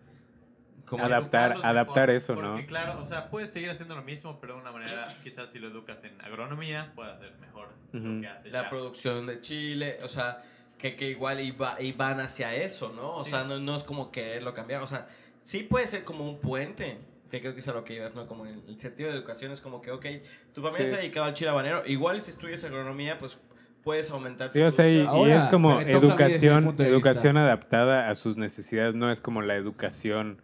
[SPEAKER 3] Como
[SPEAKER 1] Adap- Adaptar-
[SPEAKER 4] educarlos
[SPEAKER 1] adaptar eso, ¿no?
[SPEAKER 4] Porque claro, o sea, puedes seguir haciendo lo mismo, pero de una manera, quizás si lo educas en agronomía, pueda hacer mejor
[SPEAKER 1] Ujú.
[SPEAKER 4] lo que hace
[SPEAKER 3] la
[SPEAKER 4] ya.
[SPEAKER 3] producción de Chile, o sea, que, que igual iba, iban hacia eso, ¿no? O
[SPEAKER 4] Sí.
[SPEAKER 3] sea, no, no es como quererlo cambiar, o sea, sí puede ser como un puente, que creo que es a lo que ibas, ¿no? Como en el sentido de educación es como que, ok, tu familia
[SPEAKER 1] Sí.
[SPEAKER 3] se ha dedicado al chile habanero, igual si estudias agronomía, pues puedes aumentar
[SPEAKER 1] Sí,
[SPEAKER 3] tu
[SPEAKER 1] o sea, y, y
[SPEAKER 3] producción.
[SPEAKER 5] Ahora,
[SPEAKER 1] es como
[SPEAKER 5] me toca a mí desde mi
[SPEAKER 1] educación,
[SPEAKER 5] punto de
[SPEAKER 1] educación adaptada a sus necesidades, no es como la educación,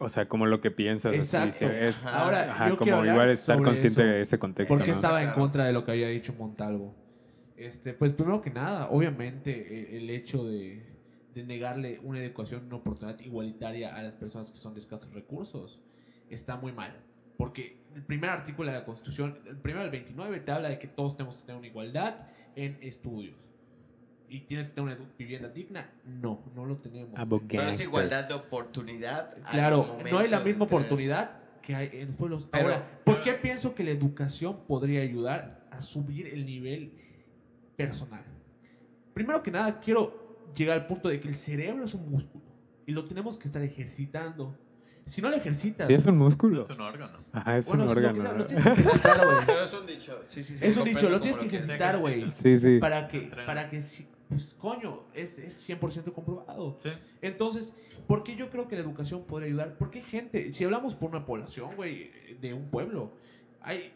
[SPEAKER 1] o sea, como lo que piensas. así,
[SPEAKER 5] Exacto.
[SPEAKER 1] sí, es,
[SPEAKER 3] Ajá.
[SPEAKER 5] Ahora,
[SPEAKER 1] ajá,
[SPEAKER 5] yo quiero
[SPEAKER 1] como
[SPEAKER 5] hablar
[SPEAKER 1] igual estar
[SPEAKER 5] sobre
[SPEAKER 1] consciente
[SPEAKER 5] eso.
[SPEAKER 1] de ese contexto.
[SPEAKER 5] ¿Por
[SPEAKER 3] Porque
[SPEAKER 5] qué
[SPEAKER 1] ¿no?
[SPEAKER 3] está-
[SPEAKER 5] estaba en
[SPEAKER 3] Claro.
[SPEAKER 5] contra de lo que había dicho Montalvo? Este, pues primero que nada, obviamente e, el, el hecho de, de negarle una educación, una oportunidad igualitaria a las personas que son de escasos recursos está muy mal. Porque el primer artículo de la Constitución, el primero del 29, te habla de que todos tenemos que tener una igualdad en estudios. ¿Y tienes que tener una edu- vivienda digna? No, no lo tenemos.
[SPEAKER 1] Ah, bo-
[SPEAKER 3] Pero es
[SPEAKER 1] Gangster.
[SPEAKER 3] igualdad de oportunidad. al
[SPEAKER 5] Claro,
[SPEAKER 3] momento
[SPEAKER 5] no hay la
[SPEAKER 3] de
[SPEAKER 5] misma
[SPEAKER 3] tener-
[SPEAKER 5] oportunidad que hay en los pueblos.
[SPEAKER 3] Pero-
[SPEAKER 5] Ahora, ¿por qué pienso que la educación podría ayudar a subir el nivel personal? Primero que nada, quiero llegar al punto de que el cerebro es un músculo y lo tenemos que estar ejercitando. Si no lo ejercitas,
[SPEAKER 1] Sí, es un músculo.
[SPEAKER 4] Es un órgano.
[SPEAKER 1] Ajá, es
[SPEAKER 5] bueno,
[SPEAKER 1] un
[SPEAKER 5] si no
[SPEAKER 1] órgano.
[SPEAKER 5] quizás
[SPEAKER 1] ¿no?
[SPEAKER 5] lo tienes que ejercitar, güey.
[SPEAKER 3] Pero es un dicho. Sí, sí,
[SPEAKER 5] Es
[SPEAKER 3] sí,
[SPEAKER 5] un
[SPEAKER 3] comprendo
[SPEAKER 5] dicho, lo
[SPEAKER 3] como
[SPEAKER 5] tienes que
[SPEAKER 3] que sea.
[SPEAKER 5] ejercitar, güey.
[SPEAKER 1] Sí, sí.
[SPEAKER 5] Para que,
[SPEAKER 4] Entrena.
[SPEAKER 5] para que, si- pues coño, es, es 100% comprobado.
[SPEAKER 4] Sí.
[SPEAKER 5] Entonces, ¿por qué yo creo que la educación podría ayudar? Porque gente, si hablamos por una población, güey, de un pueblo, hay,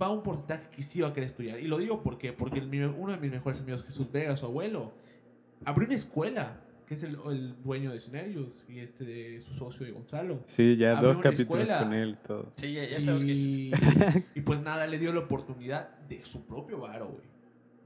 [SPEAKER 5] va un porcentaje que sí va a querer estudiar. Y lo digo porque, porque el- mi- uno de mis mejores amigos, Jesús Vega, su abuelo, abrió una escuela, que es el, el dueño de Cinerius y este de su socio de Gonzalo.
[SPEAKER 1] Sí, ya
[SPEAKER 5] Abrió
[SPEAKER 1] dos
[SPEAKER 5] una
[SPEAKER 1] capítulos
[SPEAKER 5] escuela.
[SPEAKER 1] con él y todo.
[SPEAKER 3] Sí, ya, ya sabes que es-
[SPEAKER 5] y, y pues nada, le dio la oportunidad de su propio varo, güey.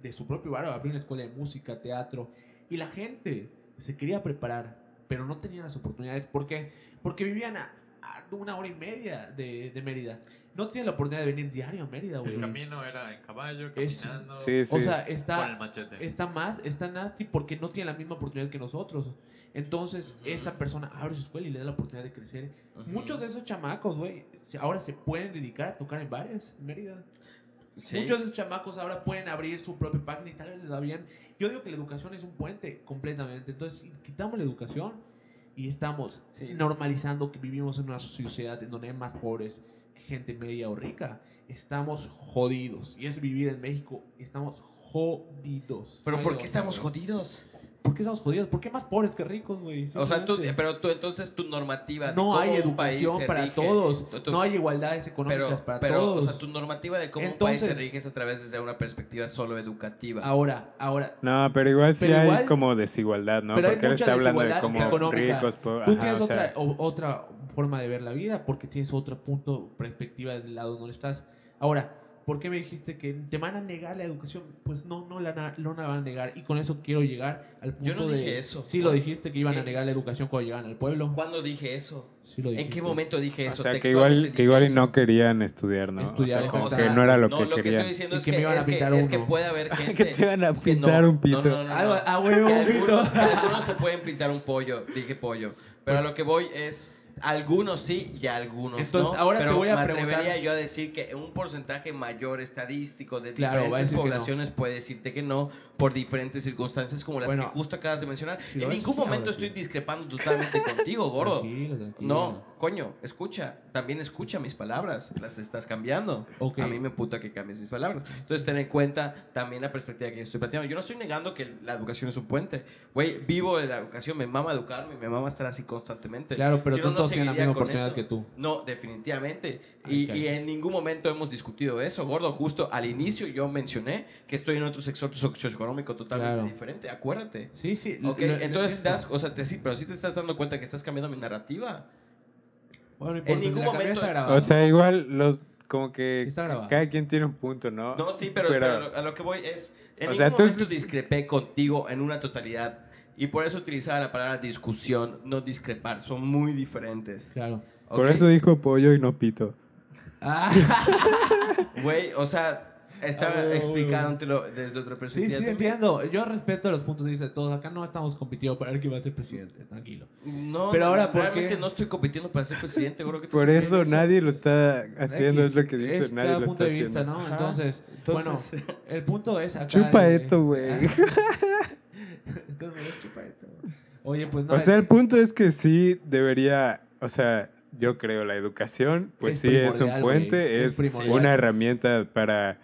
[SPEAKER 5] De su propio varo. Abrió una escuela de música, teatro. Y la gente se quería preparar, pero no tenían las oportunidades. ¿Por qué? Porque vivían a, a una hora y media de, de Mérida. No tienen la oportunidad de venir diario a Mérida, güey.
[SPEAKER 4] El camino era en caballo,
[SPEAKER 5] Es-
[SPEAKER 4] caminando,
[SPEAKER 1] Sí, sí.
[SPEAKER 5] O sea,
[SPEAKER 4] con
[SPEAKER 5] está,
[SPEAKER 4] el machete.
[SPEAKER 5] está más, está nasty porque no tiene la misma oportunidad que nosotros. Entonces,
[SPEAKER 3] Ujú.
[SPEAKER 5] esta persona abre su escuela y le da la oportunidad de crecer.
[SPEAKER 3] Ujú.
[SPEAKER 5] Muchos de esos chamacos, güey, se- ahora se pueden dedicar a tocar en bares en Mérida.
[SPEAKER 3] Sí.
[SPEAKER 5] Muchos de esos chamacos ahora pueden abrir su propia página y tal vez les va bien. Yo digo que la educación es un puente completamente. Entonces, si quitamos la educación y estamos
[SPEAKER 3] Sí.
[SPEAKER 5] normalizando que vivimos en una sociedad en donde hay más pobres que gente media o rica. Estamos jodidos. Y es vivir en México. Estamos jodidos.
[SPEAKER 3] Pero
[SPEAKER 5] No hay
[SPEAKER 3] ¿por
[SPEAKER 5] de
[SPEAKER 3] qué
[SPEAKER 5] otra,
[SPEAKER 3] estamos
[SPEAKER 5] güey.
[SPEAKER 3] jodidos?
[SPEAKER 5] ¿Por qué estamos jodidos? ¿Por qué más pobres que ricos, güey?
[SPEAKER 3] O sea, tú,
[SPEAKER 5] Simplemente.
[SPEAKER 3] pero tú, entonces tu normativa. de
[SPEAKER 5] no
[SPEAKER 3] cómo
[SPEAKER 5] hay
[SPEAKER 3] un país
[SPEAKER 5] educación
[SPEAKER 3] se
[SPEAKER 5] para
[SPEAKER 3] rige,
[SPEAKER 5] todos.
[SPEAKER 3] tu- tu-
[SPEAKER 5] no hay igualdades económicas
[SPEAKER 3] pero,
[SPEAKER 5] para
[SPEAKER 3] pero,
[SPEAKER 5] todos.
[SPEAKER 3] O sea, tu normativa de cómo un país
[SPEAKER 5] Entonces-
[SPEAKER 3] se rige es a través de una perspectiva solo educativa.
[SPEAKER 5] Ahora, ahora,
[SPEAKER 1] No, pero igual sí
[SPEAKER 5] Pero
[SPEAKER 1] hay
[SPEAKER 5] igual-
[SPEAKER 1] como desigualdad, ¿no?
[SPEAKER 5] pero hay
[SPEAKER 1] Porque él
[SPEAKER 5] mucha
[SPEAKER 1] está hablando de
[SPEAKER 5] desigualdad
[SPEAKER 1] como
[SPEAKER 5] económica.
[SPEAKER 1] ricos, pobres.
[SPEAKER 5] Tú
[SPEAKER 1] ajá,
[SPEAKER 5] tienes
[SPEAKER 1] o sea,
[SPEAKER 5] otra, o- otra forma de ver la vida porque tienes otro punto, perspectiva del lado donde estás. Ahora, ¿por qué me dijiste que te van a negar la educación? Pues no, no la, na- no la van a negar. Y con eso quiero llegar al punto
[SPEAKER 3] Yo no
[SPEAKER 5] de...
[SPEAKER 3] dije eso.
[SPEAKER 5] Sí lo dijiste que iban a
[SPEAKER 3] ¿Qué?
[SPEAKER 5] negar la educación cuando llegaban al pueblo.
[SPEAKER 3] ¿Cuándo dije eso?
[SPEAKER 5] Sí lo
[SPEAKER 3] ¿En
[SPEAKER 5] dijiste.
[SPEAKER 3] qué momento
[SPEAKER 1] O
[SPEAKER 3] dije eso?
[SPEAKER 1] sea, que
[SPEAKER 3] Textualmente
[SPEAKER 1] igual,
[SPEAKER 3] dije
[SPEAKER 1] que igual y
[SPEAKER 3] eso.
[SPEAKER 1] no querían estudiar, ¿no?
[SPEAKER 5] Estudiar,
[SPEAKER 1] o sea, como que
[SPEAKER 5] exactamente.
[SPEAKER 1] no era lo
[SPEAKER 3] No,
[SPEAKER 1] que
[SPEAKER 3] lo que
[SPEAKER 1] querían.
[SPEAKER 3] estoy diciendo
[SPEAKER 5] Y
[SPEAKER 3] es
[SPEAKER 5] que
[SPEAKER 3] que,
[SPEAKER 5] me iban a
[SPEAKER 3] es, que,
[SPEAKER 5] pintar
[SPEAKER 3] es que
[SPEAKER 5] uno.
[SPEAKER 3] puede haber gente.
[SPEAKER 1] Que te iban a
[SPEAKER 3] que
[SPEAKER 1] pintar
[SPEAKER 3] no.
[SPEAKER 1] un pito.
[SPEAKER 3] No, no, no, no,
[SPEAKER 5] Ah,
[SPEAKER 3] no.
[SPEAKER 5] ah, güey, un pito.
[SPEAKER 3] Algunos, algunos te pueden pintar un pollo, dije pollo. Pero a lo que voy es, algunos sí y algunos
[SPEAKER 5] Entonces,
[SPEAKER 3] no.
[SPEAKER 5] ahora te
[SPEAKER 3] pero
[SPEAKER 5] voy a
[SPEAKER 3] me
[SPEAKER 5] preguntar-
[SPEAKER 3] atrevería yo a decir que un porcentaje mayor estadístico de
[SPEAKER 5] Claro, va a
[SPEAKER 3] diferentes
[SPEAKER 5] decir que no.
[SPEAKER 3] poblaciones puede decirte que no por diferentes circunstancias como las
[SPEAKER 5] Bueno,
[SPEAKER 3] que justo acabas de mencionar.
[SPEAKER 5] si lo
[SPEAKER 3] en
[SPEAKER 5] ves
[SPEAKER 3] ningún
[SPEAKER 5] así, ahora
[SPEAKER 3] momento
[SPEAKER 5] sí.
[SPEAKER 3] estoy discrepando totalmente contigo, gordo.
[SPEAKER 5] Tranquilo, tranquilo.
[SPEAKER 3] No, coño, escucha, también escucha mis palabras, las estás cambiando.
[SPEAKER 5] Ok.
[SPEAKER 3] A mí me puta que cambies mis palabras. Entonces, ten en cuenta también la perspectiva que yo estoy planteando. Yo no estoy negando que la educación es un puente. Güey, vivo de la educación, me mama educarme, me mama estar así constantemente.
[SPEAKER 5] Claro, pero
[SPEAKER 3] Si no,
[SPEAKER 5] tú
[SPEAKER 3] no
[SPEAKER 5] todos tienen la
[SPEAKER 3] seguiría
[SPEAKER 5] misma
[SPEAKER 3] con
[SPEAKER 5] oportunidad
[SPEAKER 3] eso.
[SPEAKER 5] que tú.
[SPEAKER 3] No, definitivamente.
[SPEAKER 5] Ay,
[SPEAKER 3] Y,
[SPEAKER 5] caray.
[SPEAKER 3] y en ningún momento hemos discutido eso, gordo. Justo al inicio yo mencioné que estoy en otro sector socioeconómico totalmente
[SPEAKER 5] Claro.
[SPEAKER 3] diferente, acuérdate.
[SPEAKER 5] Sí, sí.
[SPEAKER 3] Ok,
[SPEAKER 5] lo- lo
[SPEAKER 3] entonces
[SPEAKER 5] entiendo.
[SPEAKER 3] estás, o sea, te, sí, pero sí te estás dando cuenta que estás cambiando mi narrativa.
[SPEAKER 5] Bueno, no importa,
[SPEAKER 3] en
[SPEAKER 5] si
[SPEAKER 3] ningún
[SPEAKER 5] la cambié,
[SPEAKER 3] momento-
[SPEAKER 5] está grabado.
[SPEAKER 1] O sea, igual los como que
[SPEAKER 5] Está grabado.
[SPEAKER 1] cada quien tiene un punto, ¿no?
[SPEAKER 3] No, sí, pero, pero a lo que voy es. En
[SPEAKER 1] O
[SPEAKER 3] ningún
[SPEAKER 1] sea, tú-
[SPEAKER 3] momento discrepé contigo en una totalidad. Y por eso utilizaba la palabra discusión, no discrepar. Son muy diferentes.
[SPEAKER 5] Claro.
[SPEAKER 1] Por
[SPEAKER 3] ¿ok?
[SPEAKER 1] eso dijo pollo y no pito.
[SPEAKER 5] Ah,
[SPEAKER 3] Güey, o sea,
[SPEAKER 5] Ah,
[SPEAKER 3] estaba
[SPEAKER 5] güey,
[SPEAKER 3] explicándotelo desde otra
[SPEAKER 5] sí,
[SPEAKER 3] perspectiva.
[SPEAKER 5] sí,
[SPEAKER 3] también.
[SPEAKER 5] entiendo. Yo respeto los puntos de vista de todos. Acá no estamos compitiendo para ver quién va a ser presidente. Tranquilo.
[SPEAKER 3] No,
[SPEAKER 5] Pero
[SPEAKER 3] no,
[SPEAKER 5] ahora,
[SPEAKER 3] no,
[SPEAKER 5] ¿por
[SPEAKER 3] realmente
[SPEAKER 5] qué?
[SPEAKER 3] no estoy compitiendo para ser presidente, creo que te
[SPEAKER 1] Por
[SPEAKER 3] sirve
[SPEAKER 1] eso nadie lo está haciendo,
[SPEAKER 5] X,
[SPEAKER 1] es lo que dice.
[SPEAKER 5] es
[SPEAKER 1] nadie
[SPEAKER 5] cada
[SPEAKER 1] lo
[SPEAKER 5] punto
[SPEAKER 1] está
[SPEAKER 5] de vista,
[SPEAKER 1] haciendo.
[SPEAKER 5] ¿no?
[SPEAKER 3] Ajá.
[SPEAKER 5] Entonces,
[SPEAKER 3] Entonces-
[SPEAKER 5] bueno, el punto es acá...
[SPEAKER 1] Chupa
[SPEAKER 5] eh,
[SPEAKER 1] esto, güey.
[SPEAKER 5] Entonces, chupa esto. Oye, pues no...
[SPEAKER 1] o sea, el punto es que sí debería, o sea, yo creo la educación, pues
[SPEAKER 5] Es
[SPEAKER 1] sí es un
[SPEAKER 5] primordial,
[SPEAKER 1] puente,
[SPEAKER 5] güey, es
[SPEAKER 1] es,
[SPEAKER 5] primordial.
[SPEAKER 1] una herramienta para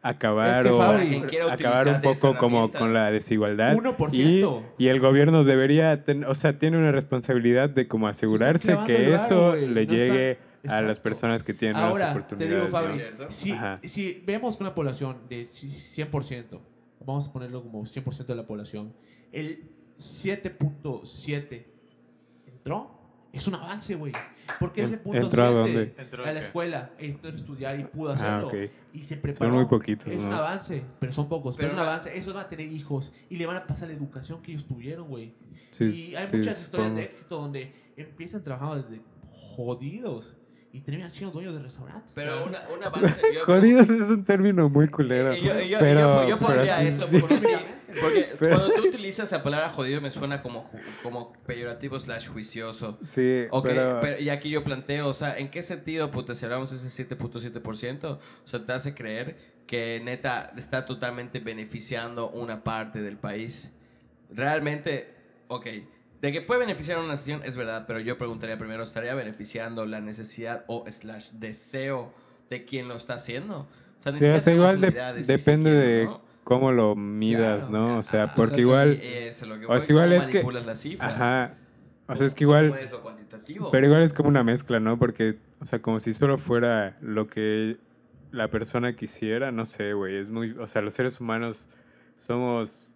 [SPEAKER 1] acabar
[SPEAKER 5] Es que
[SPEAKER 1] o
[SPEAKER 5] Fabri-
[SPEAKER 3] Quien quiera
[SPEAKER 1] acabar un
[SPEAKER 3] utilizar esa
[SPEAKER 1] poco como
[SPEAKER 3] herramienta.
[SPEAKER 1] con la desigualdad.
[SPEAKER 5] 1%.
[SPEAKER 1] Y, y el gobierno debería, ten- o sea, tiene una responsabilidad de como asegurarse
[SPEAKER 5] clavando el
[SPEAKER 1] que
[SPEAKER 5] varo,
[SPEAKER 1] eso
[SPEAKER 5] güey,
[SPEAKER 1] le
[SPEAKER 5] no
[SPEAKER 1] llegue
[SPEAKER 5] está-
[SPEAKER 1] a las
[SPEAKER 5] Exacto.
[SPEAKER 1] personas que tienen las
[SPEAKER 5] Ahora, te
[SPEAKER 1] oportunidades.
[SPEAKER 5] digo, Fabri,
[SPEAKER 1] ¿no?
[SPEAKER 3] ¿Cierto?
[SPEAKER 5] si,
[SPEAKER 1] Ajá.
[SPEAKER 5] si vemos que una población de ci- 100%, vamos a ponerlo como 100% de la población, el 7.7 entró, es un avance, güey. Porque
[SPEAKER 1] En-
[SPEAKER 5] ese punto
[SPEAKER 1] ¿entró a
[SPEAKER 5] 7
[SPEAKER 1] dónde?
[SPEAKER 4] ¿Entró
[SPEAKER 5] a
[SPEAKER 4] a
[SPEAKER 5] la
[SPEAKER 4] qué?
[SPEAKER 5] escuela, esto estudiar y pudo
[SPEAKER 1] Ah,
[SPEAKER 5] hacerlo.
[SPEAKER 1] ok.
[SPEAKER 5] Y se preparó.
[SPEAKER 1] muy poquitos,
[SPEAKER 5] Es un
[SPEAKER 1] ¿no?
[SPEAKER 5] avance, pero son pocos. Pero,
[SPEAKER 3] Pero
[SPEAKER 5] es un
[SPEAKER 3] va-
[SPEAKER 5] avance. Esos van a tener hijos y le van a pasar la educación que ellos tuvieron, güey.
[SPEAKER 1] Sí,
[SPEAKER 5] y hay
[SPEAKER 1] sí,
[SPEAKER 5] muchas historias
[SPEAKER 1] supongo.
[SPEAKER 5] de éxito donde empiezan trabajando desde jodidos y terminan siendo dueños de restaurantes.
[SPEAKER 3] Pero
[SPEAKER 5] cabrón.
[SPEAKER 3] una, un avance. yo-
[SPEAKER 1] Jodidos es un término muy culero.
[SPEAKER 3] Y Eh, yo, y yo-
[SPEAKER 1] pero,
[SPEAKER 3] y yo- yo
[SPEAKER 1] pero
[SPEAKER 3] pondría
[SPEAKER 1] sí,
[SPEAKER 3] esto
[SPEAKER 1] sí.
[SPEAKER 3] por un sí, porque
[SPEAKER 1] Pero-
[SPEAKER 3] cuando tú utilizas la palabra jodido me suena como, ju- como peyorativo slash juicioso.
[SPEAKER 1] Sí,
[SPEAKER 3] Ok,
[SPEAKER 1] pero,
[SPEAKER 3] pero- y aquí yo planteo, o sea, ¿en qué sentido potenciamos ese 7.7%? O sea, te hace creer que neta está totalmente beneficiando una parte del país. Realmente, ok, de que puede beneficiar a una nación es verdad, pero yo preguntaría primero, ¿estaría beneficiando la necesidad o slash deseo de quien lo está haciendo? O sea, ni
[SPEAKER 1] sí, o
[SPEAKER 3] siquiera
[SPEAKER 1] sea, igual
[SPEAKER 3] tenemos
[SPEAKER 1] de-
[SPEAKER 3] unidades, ni
[SPEAKER 1] depende
[SPEAKER 3] siquiera,
[SPEAKER 1] de
[SPEAKER 3] ¿no?
[SPEAKER 1] cómo lo midas,
[SPEAKER 5] Claro.
[SPEAKER 1] ¿no? O sea,
[SPEAKER 5] Ah,
[SPEAKER 1] porque igual,
[SPEAKER 5] exactamente.
[SPEAKER 3] Eh, eso es lo que
[SPEAKER 1] o
[SPEAKER 3] voy,
[SPEAKER 1] sea, igual
[SPEAKER 3] ¿cómo
[SPEAKER 1] es que-
[SPEAKER 3] manipulas las cifras?
[SPEAKER 1] ajá, o sea, es que
[SPEAKER 3] ¿Cómo
[SPEAKER 1] igual,
[SPEAKER 3] puedes lo cuantitativo?
[SPEAKER 1] pero igual es como una mezcla, ¿no? Porque, o sea, como si solo fuera lo que la persona quisiera, no sé, güey, es muy, o sea, los seres humanos somos,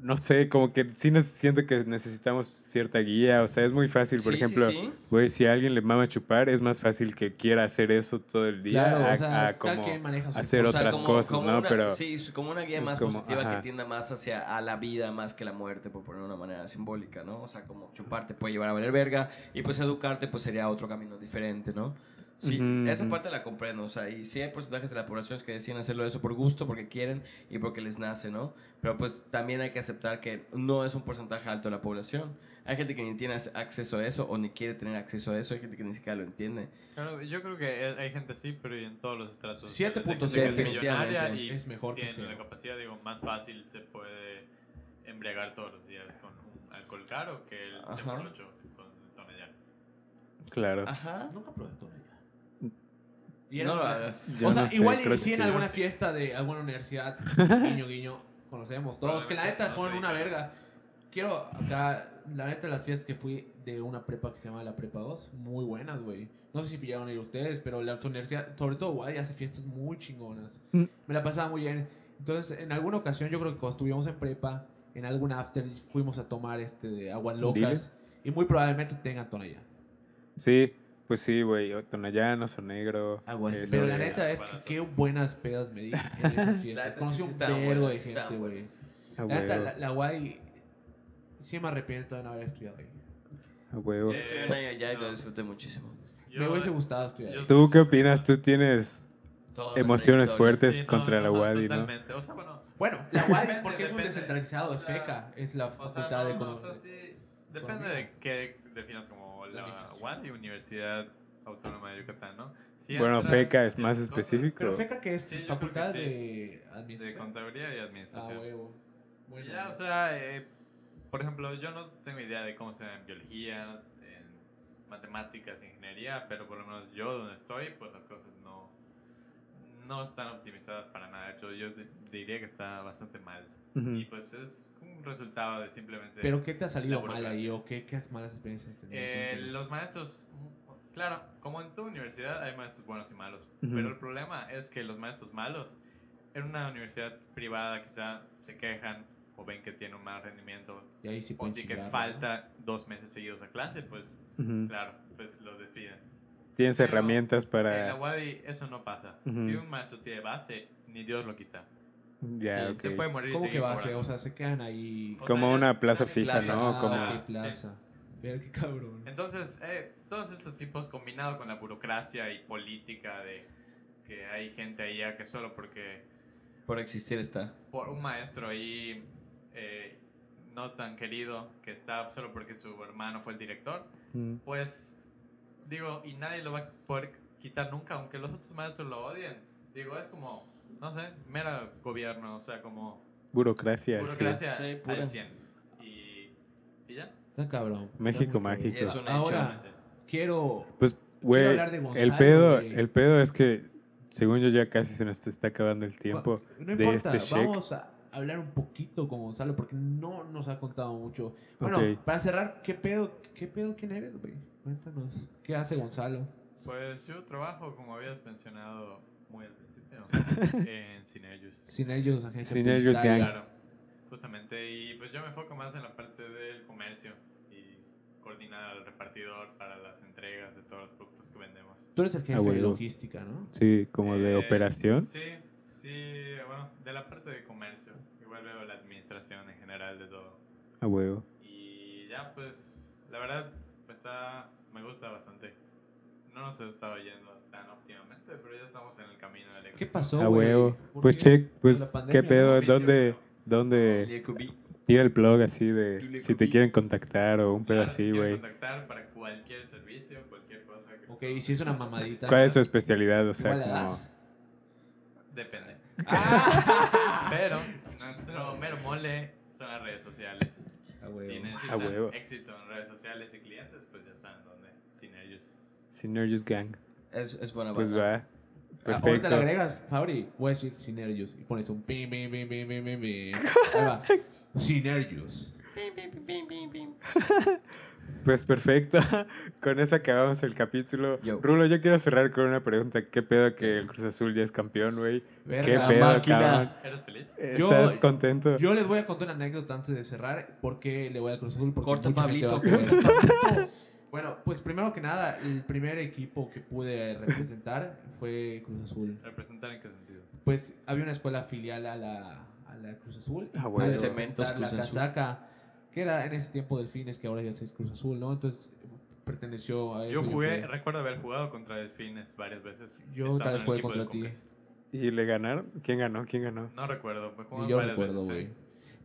[SPEAKER 1] no sé, como que sí nos- siento que necesitamos cierta guía, o sea, es muy fácil, por
[SPEAKER 3] Sí, sí,
[SPEAKER 1] ejemplo,
[SPEAKER 3] sí.
[SPEAKER 1] güey, si a alguien le mama chupar, es más fácil que quiera hacer eso todo el día,
[SPEAKER 5] Claro,
[SPEAKER 1] a-
[SPEAKER 5] o sea,
[SPEAKER 1] a
[SPEAKER 5] cada
[SPEAKER 1] como
[SPEAKER 5] quien maneja su-
[SPEAKER 1] hacer
[SPEAKER 3] O sea,
[SPEAKER 1] otras
[SPEAKER 3] como-
[SPEAKER 1] cosas,
[SPEAKER 3] como
[SPEAKER 1] ¿no?
[SPEAKER 3] una-
[SPEAKER 1] pero
[SPEAKER 3] sí, es como una guía
[SPEAKER 1] es
[SPEAKER 3] más
[SPEAKER 1] como-
[SPEAKER 3] positiva
[SPEAKER 1] ajá.
[SPEAKER 3] que tienda más hacia a la vida más que la muerte, por poner una manera simbólica, ¿no? O sea, como chuparte puede llevar a valer verga y pues educarte pues sería otro camino diferente, ¿no? Sí,
[SPEAKER 1] Ujú,
[SPEAKER 3] esa
[SPEAKER 1] ujú.
[SPEAKER 3] parte la comprendo, o sea, y sí hay porcentajes de la población que deciden hacerlo eso por gusto, porque quieren y porque les nace, ¿no? Pero pues también hay que aceptar que no es un porcentaje alto de la población. Hay gente que ni tiene ac- acceso a eso o ni quiere tener acceso a eso, hay gente que ni siquiera lo entiende.
[SPEAKER 4] Claro, yo creo que es- hay gente así, pero en todos los estratos. sociales. Hay
[SPEAKER 5] 7.7
[SPEAKER 4] gente que es millonaria y
[SPEAKER 5] es mejor que
[SPEAKER 4] tiene
[SPEAKER 5] cero.
[SPEAKER 4] la capacidad, digo, más fácil se puede embriagar todos los días con un alcohol caro que el
[SPEAKER 3] Ajá.
[SPEAKER 4] de por ocho con tonellar.
[SPEAKER 1] claro.
[SPEAKER 3] Ajá.
[SPEAKER 5] Nunca probé el tonalla. Y era
[SPEAKER 3] No lo
[SPEAKER 5] un-
[SPEAKER 3] hagas.
[SPEAKER 1] Yo
[SPEAKER 5] o sea,
[SPEAKER 1] no sé,
[SPEAKER 5] igual
[SPEAKER 1] creo que
[SPEAKER 5] inicié en
[SPEAKER 1] sí.
[SPEAKER 5] alguna
[SPEAKER 4] Sí.
[SPEAKER 5] fiesta de alguna universidad, guiño, guiño, conocemos todos, que la neta
[SPEAKER 4] Probablemente no
[SPEAKER 5] fueron
[SPEAKER 4] te
[SPEAKER 5] una verga.
[SPEAKER 4] dijeron.
[SPEAKER 5] Quiero, acá, la neta, las fiestas que fui de una prepa que se llama la Prepa 2, muy buenas, güey. No sé si pillaron ahí ustedes, pero la universidad, sobre todo Guay, hace fiestas muy chingonas.
[SPEAKER 1] Mm.
[SPEAKER 5] Me la pasaba muy bien. Entonces, en alguna ocasión, yo creo que cuando estuvimos en prepa, en algún after, fuimos a tomar este de aguas locas. Y muy probablemente tengan tonalla.
[SPEAKER 1] Sí, pues sí, güey. o Tonayán, o negro.
[SPEAKER 3] Aguas,
[SPEAKER 1] este,
[SPEAKER 5] Pero la
[SPEAKER 3] Sí,
[SPEAKER 5] neta es que
[SPEAKER 4] baratos.
[SPEAKER 5] qué buenas pedas me di en esas
[SPEAKER 3] La neta es
[SPEAKER 5] fiestas.
[SPEAKER 3] que
[SPEAKER 5] Conocí
[SPEAKER 3] sí
[SPEAKER 5] un
[SPEAKER 3] estaban
[SPEAKER 5] vergo de
[SPEAKER 3] buenas, sí
[SPEAKER 5] gente,
[SPEAKER 3] estaban
[SPEAKER 5] güey.
[SPEAKER 3] buenas.
[SPEAKER 4] Ah,
[SPEAKER 1] a
[SPEAKER 5] La neta,
[SPEAKER 1] huevo,
[SPEAKER 5] la, la guay... Sí me arrepiento de no haber estudiado ahí.
[SPEAKER 1] a huevo.
[SPEAKER 4] Eh,
[SPEAKER 3] Estuve un año allá y
[SPEAKER 4] no.
[SPEAKER 3] lo disfruté muchísimo.
[SPEAKER 4] Yo- eh,
[SPEAKER 5] me hubiese gustado estudiar
[SPEAKER 4] yo
[SPEAKER 5] ahí.
[SPEAKER 1] ¿Tú qué opinas? Tú tienes
[SPEAKER 3] Todas las
[SPEAKER 1] emociones
[SPEAKER 3] trayectorias.
[SPEAKER 1] fuertes
[SPEAKER 4] Sí, no,
[SPEAKER 1] contra la
[SPEAKER 4] ajá,
[SPEAKER 1] UADI, ¿no?
[SPEAKER 4] Totalmente. O sea, bueno,
[SPEAKER 5] Bueno, la guay
[SPEAKER 4] Depende,
[SPEAKER 5] porque es un
[SPEAKER 4] depende.
[SPEAKER 5] descentralizado, es
[SPEAKER 4] O sea,
[SPEAKER 5] FECA. Es la
[SPEAKER 4] O sea,
[SPEAKER 5] facultad
[SPEAKER 4] no,
[SPEAKER 5] de
[SPEAKER 4] no, o
[SPEAKER 5] economía.
[SPEAKER 4] sea, sí, depende de qué definas como
[SPEAKER 5] La
[SPEAKER 4] la
[SPEAKER 5] administración.
[SPEAKER 4] UAD y Universidad Autónoma de Yucatán, ¿no? Sí
[SPEAKER 1] Bueno,
[SPEAKER 4] entras,
[SPEAKER 1] FECA es
[SPEAKER 4] sí,
[SPEAKER 1] más
[SPEAKER 4] cosas
[SPEAKER 1] específico.
[SPEAKER 5] Pero FECA que es
[SPEAKER 4] Sí, yo creo que
[SPEAKER 5] facultad
[SPEAKER 4] sí.
[SPEAKER 5] de
[SPEAKER 4] De
[SPEAKER 5] administración.
[SPEAKER 4] contabilidad y
[SPEAKER 5] ah,
[SPEAKER 4] administración.
[SPEAKER 5] huevo. Bueno,
[SPEAKER 4] Y ya, o sea, eh, por ejemplo, yo no tengo idea de cómo sea en biología, en matemáticas, ingeniería, pero por lo menos yo donde estoy, pues las cosas no, no están optimizadas para nada. De hecho, yo di- diría que está bastante mal. Y
[SPEAKER 1] Ujú.
[SPEAKER 4] pues es un resultado de simplemente...
[SPEAKER 5] Pero ¿qué te ha salido
[SPEAKER 4] La
[SPEAKER 5] mal ahí
[SPEAKER 4] burocracia.
[SPEAKER 5] o qué, qué malas experiencias has tenido?
[SPEAKER 4] Eh,
[SPEAKER 5] Cuéntame.
[SPEAKER 4] los maestros, mm, claro, como en tu universidad hay maestros buenos y malos,
[SPEAKER 1] Ujú.
[SPEAKER 4] pero el problema es que los maestros malos en una universidad privada quizá se quejan o ven que tiene un mal rendimiento
[SPEAKER 5] y ahí sí
[SPEAKER 4] o
[SPEAKER 5] pueden
[SPEAKER 4] sí que
[SPEAKER 5] chingar, ¿no?
[SPEAKER 4] falta dos meses seguidos a clase, pues
[SPEAKER 1] Ujú.
[SPEAKER 4] claro, pues los despiden.
[SPEAKER 1] Tienes
[SPEAKER 4] pero
[SPEAKER 1] herramientas
[SPEAKER 4] En la
[SPEAKER 1] para.
[SPEAKER 4] UADI eso no pasa.
[SPEAKER 1] Ujú.
[SPEAKER 4] Si un maestro tiene base, ni Dios lo quita.
[SPEAKER 1] Ya,
[SPEAKER 4] Sí,
[SPEAKER 1] ok.
[SPEAKER 4] Se puede morir y
[SPEAKER 5] ¿Cómo que
[SPEAKER 4] seguir
[SPEAKER 5] va a ser?
[SPEAKER 4] cobrando.
[SPEAKER 5] O sea, se quedan ahí.
[SPEAKER 4] O
[SPEAKER 1] Como
[SPEAKER 4] sea,
[SPEAKER 1] una plaza
[SPEAKER 4] una
[SPEAKER 1] fija,
[SPEAKER 4] plaza,
[SPEAKER 1] ¿no?
[SPEAKER 4] ajá,
[SPEAKER 1] Como-
[SPEAKER 5] Ah, qué
[SPEAKER 4] sí.
[SPEAKER 5] plaza. Mira qué cabrón.
[SPEAKER 4] Entonces, eh, todos estos tipos combinado con la burocracia y política de que hay gente ahí ya que solo porque
[SPEAKER 3] Por existir está.
[SPEAKER 4] por un maestro ahí eh, no tan querido que está solo porque su hermano fue el director,
[SPEAKER 1] Mm.
[SPEAKER 4] pues digo, y nadie lo va a poder quitar nunca, aunque los otros maestros lo odien. Digo, es como, no sé, mera gobierno, o sea, como
[SPEAKER 1] Burocracia, sí.
[SPEAKER 4] burocracia
[SPEAKER 3] Sí, pura.
[SPEAKER 4] al 100. Y, y ya.
[SPEAKER 5] Está cabrón.
[SPEAKER 1] México
[SPEAKER 5] Está muy cabrón.
[SPEAKER 1] mágico.
[SPEAKER 3] Es un
[SPEAKER 5] Ahora-
[SPEAKER 4] Solamente.
[SPEAKER 5] Quiero.
[SPEAKER 1] Pues, güey,
[SPEAKER 5] hablar de Gonzalo,
[SPEAKER 1] el pedo,
[SPEAKER 5] güey.
[SPEAKER 1] el pedo es que, según yo, ya casi se nos está acabando el tiempo.
[SPEAKER 5] No
[SPEAKER 1] de
[SPEAKER 5] importa,
[SPEAKER 1] este check.
[SPEAKER 5] vamos a hablar un poquito con Gonzalo porque no nos ha contado mucho. Bueno,
[SPEAKER 1] Ok.
[SPEAKER 5] para cerrar, ¿qué pedo? ¿Qué pedo quién eres, güey? Cuéntanos. ¿Qué hace Gonzalo?
[SPEAKER 4] Pues yo trabajo, como habías mencionado muy al principio, en Synergius.
[SPEAKER 5] Sin ellos, agencia
[SPEAKER 1] Sin ellos,
[SPEAKER 5] publicitaria.
[SPEAKER 1] gang.
[SPEAKER 4] Claro, justamente. Y pues yo me enfoco más en la parte del comercio y coordinar al repartidor para las entregas de todos los productos que vendemos.
[SPEAKER 5] Tú eres el jefe
[SPEAKER 1] Ah,
[SPEAKER 5] de
[SPEAKER 1] huevo.
[SPEAKER 5] logística, ¿no?
[SPEAKER 1] Sí, como de
[SPEAKER 5] pues,
[SPEAKER 4] Eh,
[SPEAKER 1] operación.
[SPEAKER 4] Sí, sí, bueno, de la parte de comercio. Igual veo la administración en general de todo.
[SPEAKER 1] A huevo.
[SPEAKER 4] Y ya, pues, la verdad, pues está, me gusta bastante. No nos he estado yendo tan óptimamente, pero ya estamos en el camino del
[SPEAKER 5] ¿Qué
[SPEAKER 4] éxito.
[SPEAKER 5] pasó,
[SPEAKER 1] A
[SPEAKER 5] güey?
[SPEAKER 1] huevo.
[SPEAKER 5] ¿Por
[SPEAKER 1] Pues,
[SPEAKER 5] qué?
[SPEAKER 1] check,
[SPEAKER 5] Con
[SPEAKER 1] pues,
[SPEAKER 5] la pandemia,
[SPEAKER 1] ¿qué pedo?
[SPEAKER 4] ¿no? Video,
[SPEAKER 1] ¿Dónde,
[SPEAKER 3] Eh,
[SPEAKER 4] ¿no?
[SPEAKER 1] dónde tira el plug así de si te quieren contactar o un
[SPEAKER 5] "Ah,
[SPEAKER 1] pedo
[SPEAKER 4] Claro, si
[SPEAKER 1] así,
[SPEAKER 4] quieren
[SPEAKER 1] güey?
[SPEAKER 4] contactar para cualquier servicio, cualquier cosa. que-
[SPEAKER 5] Ok, y si es una mamadita.
[SPEAKER 1] ¿Cuál es su especialidad? O sea,
[SPEAKER 5] ¿Igual la
[SPEAKER 1] como...
[SPEAKER 5] das?
[SPEAKER 4] Depende.
[SPEAKER 5] Ah.
[SPEAKER 4] Pero nuestro mero mole son las redes sociales.
[SPEAKER 5] A huevo.
[SPEAKER 4] Si necesitan
[SPEAKER 1] A huevo.
[SPEAKER 4] éxito en redes sociales y clientes, pues ya saben dónde. Sin ellos.
[SPEAKER 1] Synergies Gang.
[SPEAKER 3] Es, es buena
[SPEAKER 1] Pues
[SPEAKER 3] banda.
[SPEAKER 1] va.
[SPEAKER 5] Ah, Ahorita le
[SPEAKER 1] Perfecto.
[SPEAKER 5] agregas, Fabri, Westfield Synergius. Y pones un pim, pim, pim, pim, pim, pim, pim. Ahí va. Synergius.
[SPEAKER 1] Pues perfecto. Con eso acabamos el capítulo.
[SPEAKER 3] Yo.
[SPEAKER 1] Rulo, yo quiero cerrar con una pregunta. ¿Qué pedo que el Cruz Azul ya es campeón, güey? ¿Qué
[SPEAKER 5] Verga,
[SPEAKER 1] pedo,
[SPEAKER 5] máquinas.
[SPEAKER 1] cabrón?
[SPEAKER 4] ¿Eres feliz?
[SPEAKER 5] Yo-
[SPEAKER 1] ¿Estás contento?
[SPEAKER 5] Yo les voy a contar una anécdota antes de cerrar. ¿Por qué le voy al Cruz Azul? Porque
[SPEAKER 3] Corta,
[SPEAKER 5] mucha gente
[SPEAKER 3] Pablito,
[SPEAKER 5] va a poder. Bueno, pues primero que nada, el primer equipo que pude representar fue Cruz Azul.
[SPEAKER 4] ¿Representar en qué sentido?
[SPEAKER 5] Pues había una escuela filial a la, a la Cruz Azul.
[SPEAKER 1] Ah, güey.
[SPEAKER 5] Al
[SPEAKER 3] Cementos
[SPEAKER 5] representar
[SPEAKER 3] Cruz
[SPEAKER 5] La
[SPEAKER 3] Azul.
[SPEAKER 5] casaca, que era en ese tiempo Delfines, que ahora ya es Cruz Azul, ¿no? Entonces perteneció a eso.
[SPEAKER 4] Yo jugué,
[SPEAKER 5] jugué.
[SPEAKER 4] recuerdo haber jugado contra Delfines varias veces.
[SPEAKER 5] Yo
[SPEAKER 4] estando
[SPEAKER 5] tal vez
[SPEAKER 4] en el
[SPEAKER 5] jugué
[SPEAKER 4] equipo
[SPEAKER 5] contra
[SPEAKER 4] del
[SPEAKER 5] ti.
[SPEAKER 4] Cucas.
[SPEAKER 1] ¿Y le ganaron? ¿Quién ganó? ¿Quién ganó?
[SPEAKER 4] No recuerdo, pues
[SPEAKER 5] Ni
[SPEAKER 4] jugamos
[SPEAKER 5] yo
[SPEAKER 4] varias
[SPEAKER 5] recuerdo,
[SPEAKER 4] veces.
[SPEAKER 5] güey.
[SPEAKER 4] sí.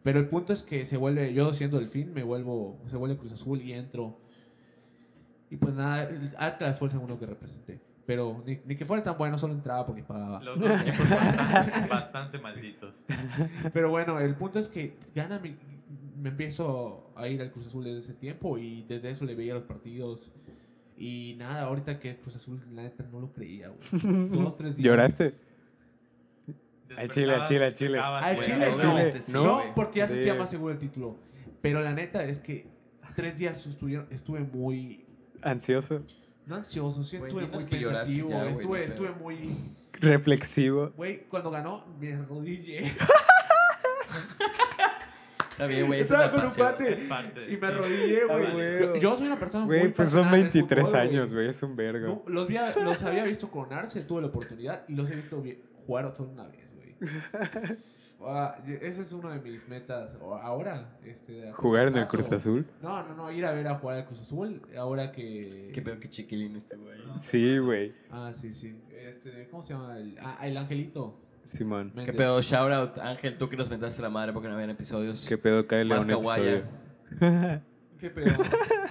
[SPEAKER 5] Pero el punto es que se vuelve, yo siendo el fin, me vuelvo, se vuelve Cruz Azul y entro. Y pues nada, el Atlas fue el segundo que representé. Pero ni, ni que fuera tan bueno, solo entraba porque pagaba.
[SPEAKER 4] Los dos equipos bastante, bastante malditos.
[SPEAKER 5] Pero bueno, el punto es que gana mi- me empiezo a ir al Cruz Azul desde ese tiempo y desde eso le veía los partidos. Y nada, ahorita que es Cruz Azul, la neta no lo creía, güey. Dos, tres días.
[SPEAKER 1] ¿Lloraste? Al chile, al chile, al
[SPEAKER 4] Despertabas,
[SPEAKER 1] chile.
[SPEAKER 4] tocabas,
[SPEAKER 5] Al
[SPEAKER 4] güey,
[SPEAKER 5] chile, al
[SPEAKER 4] hablabas.
[SPEAKER 1] chile.
[SPEAKER 3] sí,
[SPEAKER 5] No,
[SPEAKER 3] güey.
[SPEAKER 5] porque ya
[SPEAKER 1] Sí.
[SPEAKER 5] sentía más seguro el título. Pero la neta es que tres días estuvieron- estuve muy.
[SPEAKER 1] ¿Ansioso?
[SPEAKER 5] No ansioso, sí
[SPEAKER 3] Güey,
[SPEAKER 5] estuve
[SPEAKER 3] dinos
[SPEAKER 5] muy
[SPEAKER 3] que lloraste
[SPEAKER 5] pensativo.
[SPEAKER 3] ya, güey,
[SPEAKER 5] estuve,
[SPEAKER 3] no sé.
[SPEAKER 5] estuve muy.
[SPEAKER 1] ¿Reflexivo?
[SPEAKER 5] Güey, cuando ganó, me arrodillé.
[SPEAKER 3] Está bien, güey.
[SPEAKER 5] Estaba
[SPEAKER 3] esa es la
[SPEAKER 5] con un
[SPEAKER 3] pasión.
[SPEAKER 5] bate
[SPEAKER 4] Es parte,
[SPEAKER 5] y me
[SPEAKER 4] sí.
[SPEAKER 5] arrodillé,
[SPEAKER 1] Ah,
[SPEAKER 5] güey.
[SPEAKER 1] güey.
[SPEAKER 5] Yo- Yo soy una persona muy
[SPEAKER 1] Güey, pues son
[SPEAKER 5] apasionada del
[SPEAKER 1] 23
[SPEAKER 5] fútbol,
[SPEAKER 1] años, güey. Es un vergo.
[SPEAKER 5] No, los, vi a- los había visto coronarse, tuve la oportunidad y los he visto vi- jugar solo una vez, güey. Ah, y- esa es una de mis metas o- ahora. Este, de a
[SPEAKER 1] ¿Jugar en el
[SPEAKER 5] corto plazo.
[SPEAKER 1] Cruz Azul?
[SPEAKER 5] No, no, no, ir a ver a jugar al Cruz Azul. Ahora que.
[SPEAKER 3] Qué peor que chiquilín este, güey.
[SPEAKER 1] Sí, güey.
[SPEAKER 5] Ah, sí, sí. Este, ¿Cómo se llama? El, ah, el Angelito.
[SPEAKER 1] Simón.
[SPEAKER 5] Méndez.
[SPEAKER 3] Qué pedo, shout out, Ángel, tú que nos mentaste la madre porque no habían episodios.
[SPEAKER 1] ¿Qué pedo? Cáele a
[SPEAKER 3] más
[SPEAKER 1] un episodio.
[SPEAKER 3] kawaii. eh.
[SPEAKER 5] Qué pedo,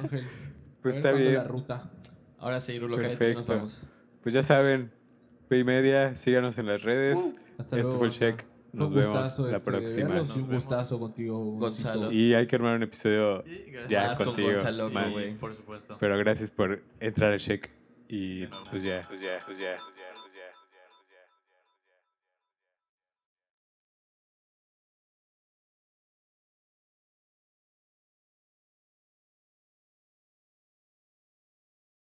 [SPEAKER 5] Ángel.
[SPEAKER 1] Pues
[SPEAKER 5] A ver
[SPEAKER 1] está
[SPEAKER 5] cuándo
[SPEAKER 1] bien.
[SPEAKER 5] la ruta.
[SPEAKER 3] Ahora sí, Rulo, cállate, nos
[SPEAKER 1] Perfecto.
[SPEAKER 3] vamos.
[SPEAKER 1] Pues ya saben, P y media, síganos en las redes.
[SPEAKER 5] Uh,
[SPEAKER 1] Esto
[SPEAKER 5] Hasta luego,
[SPEAKER 1] Este fue el
[SPEAKER 5] banda.
[SPEAKER 1] check.
[SPEAKER 5] Fue
[SPEAKER 1] Nos
[SPEAKER 5] un
[SPEAKER 1] vemos
[SPEAKER 5] gustazo,
[SPEAKER 1] la
[SPEAKER 5] este,
[SPEAKER 1] próxima.
[SPEAKER 5] verlos y
[SPEAKER 4] Nos
[SPEAKER 5] un
[SPEAKER 4] vemos.
[SPEAKER 5] gustazo contigo, Gonzalo.
[SPEAKER 3] Gonzalo.
[SPEAKER 1] Y hay que armar un episodio,
[SPEAKER 4] Y gracias.
[SPEAKER 1] Ya,
[SPEAKER 3] Más con
[SPEAKER 1] contigo,
[SPEAKER 3] Gonzalo,
[SPEAKER 1] más.
[SPEAKER 3] güey.
[SPEAKER 4] Por supuesto.
[SPEAKER 1] pero gracias por entrar al check. Y pues ya, pues ya, pues ya. Pues ya.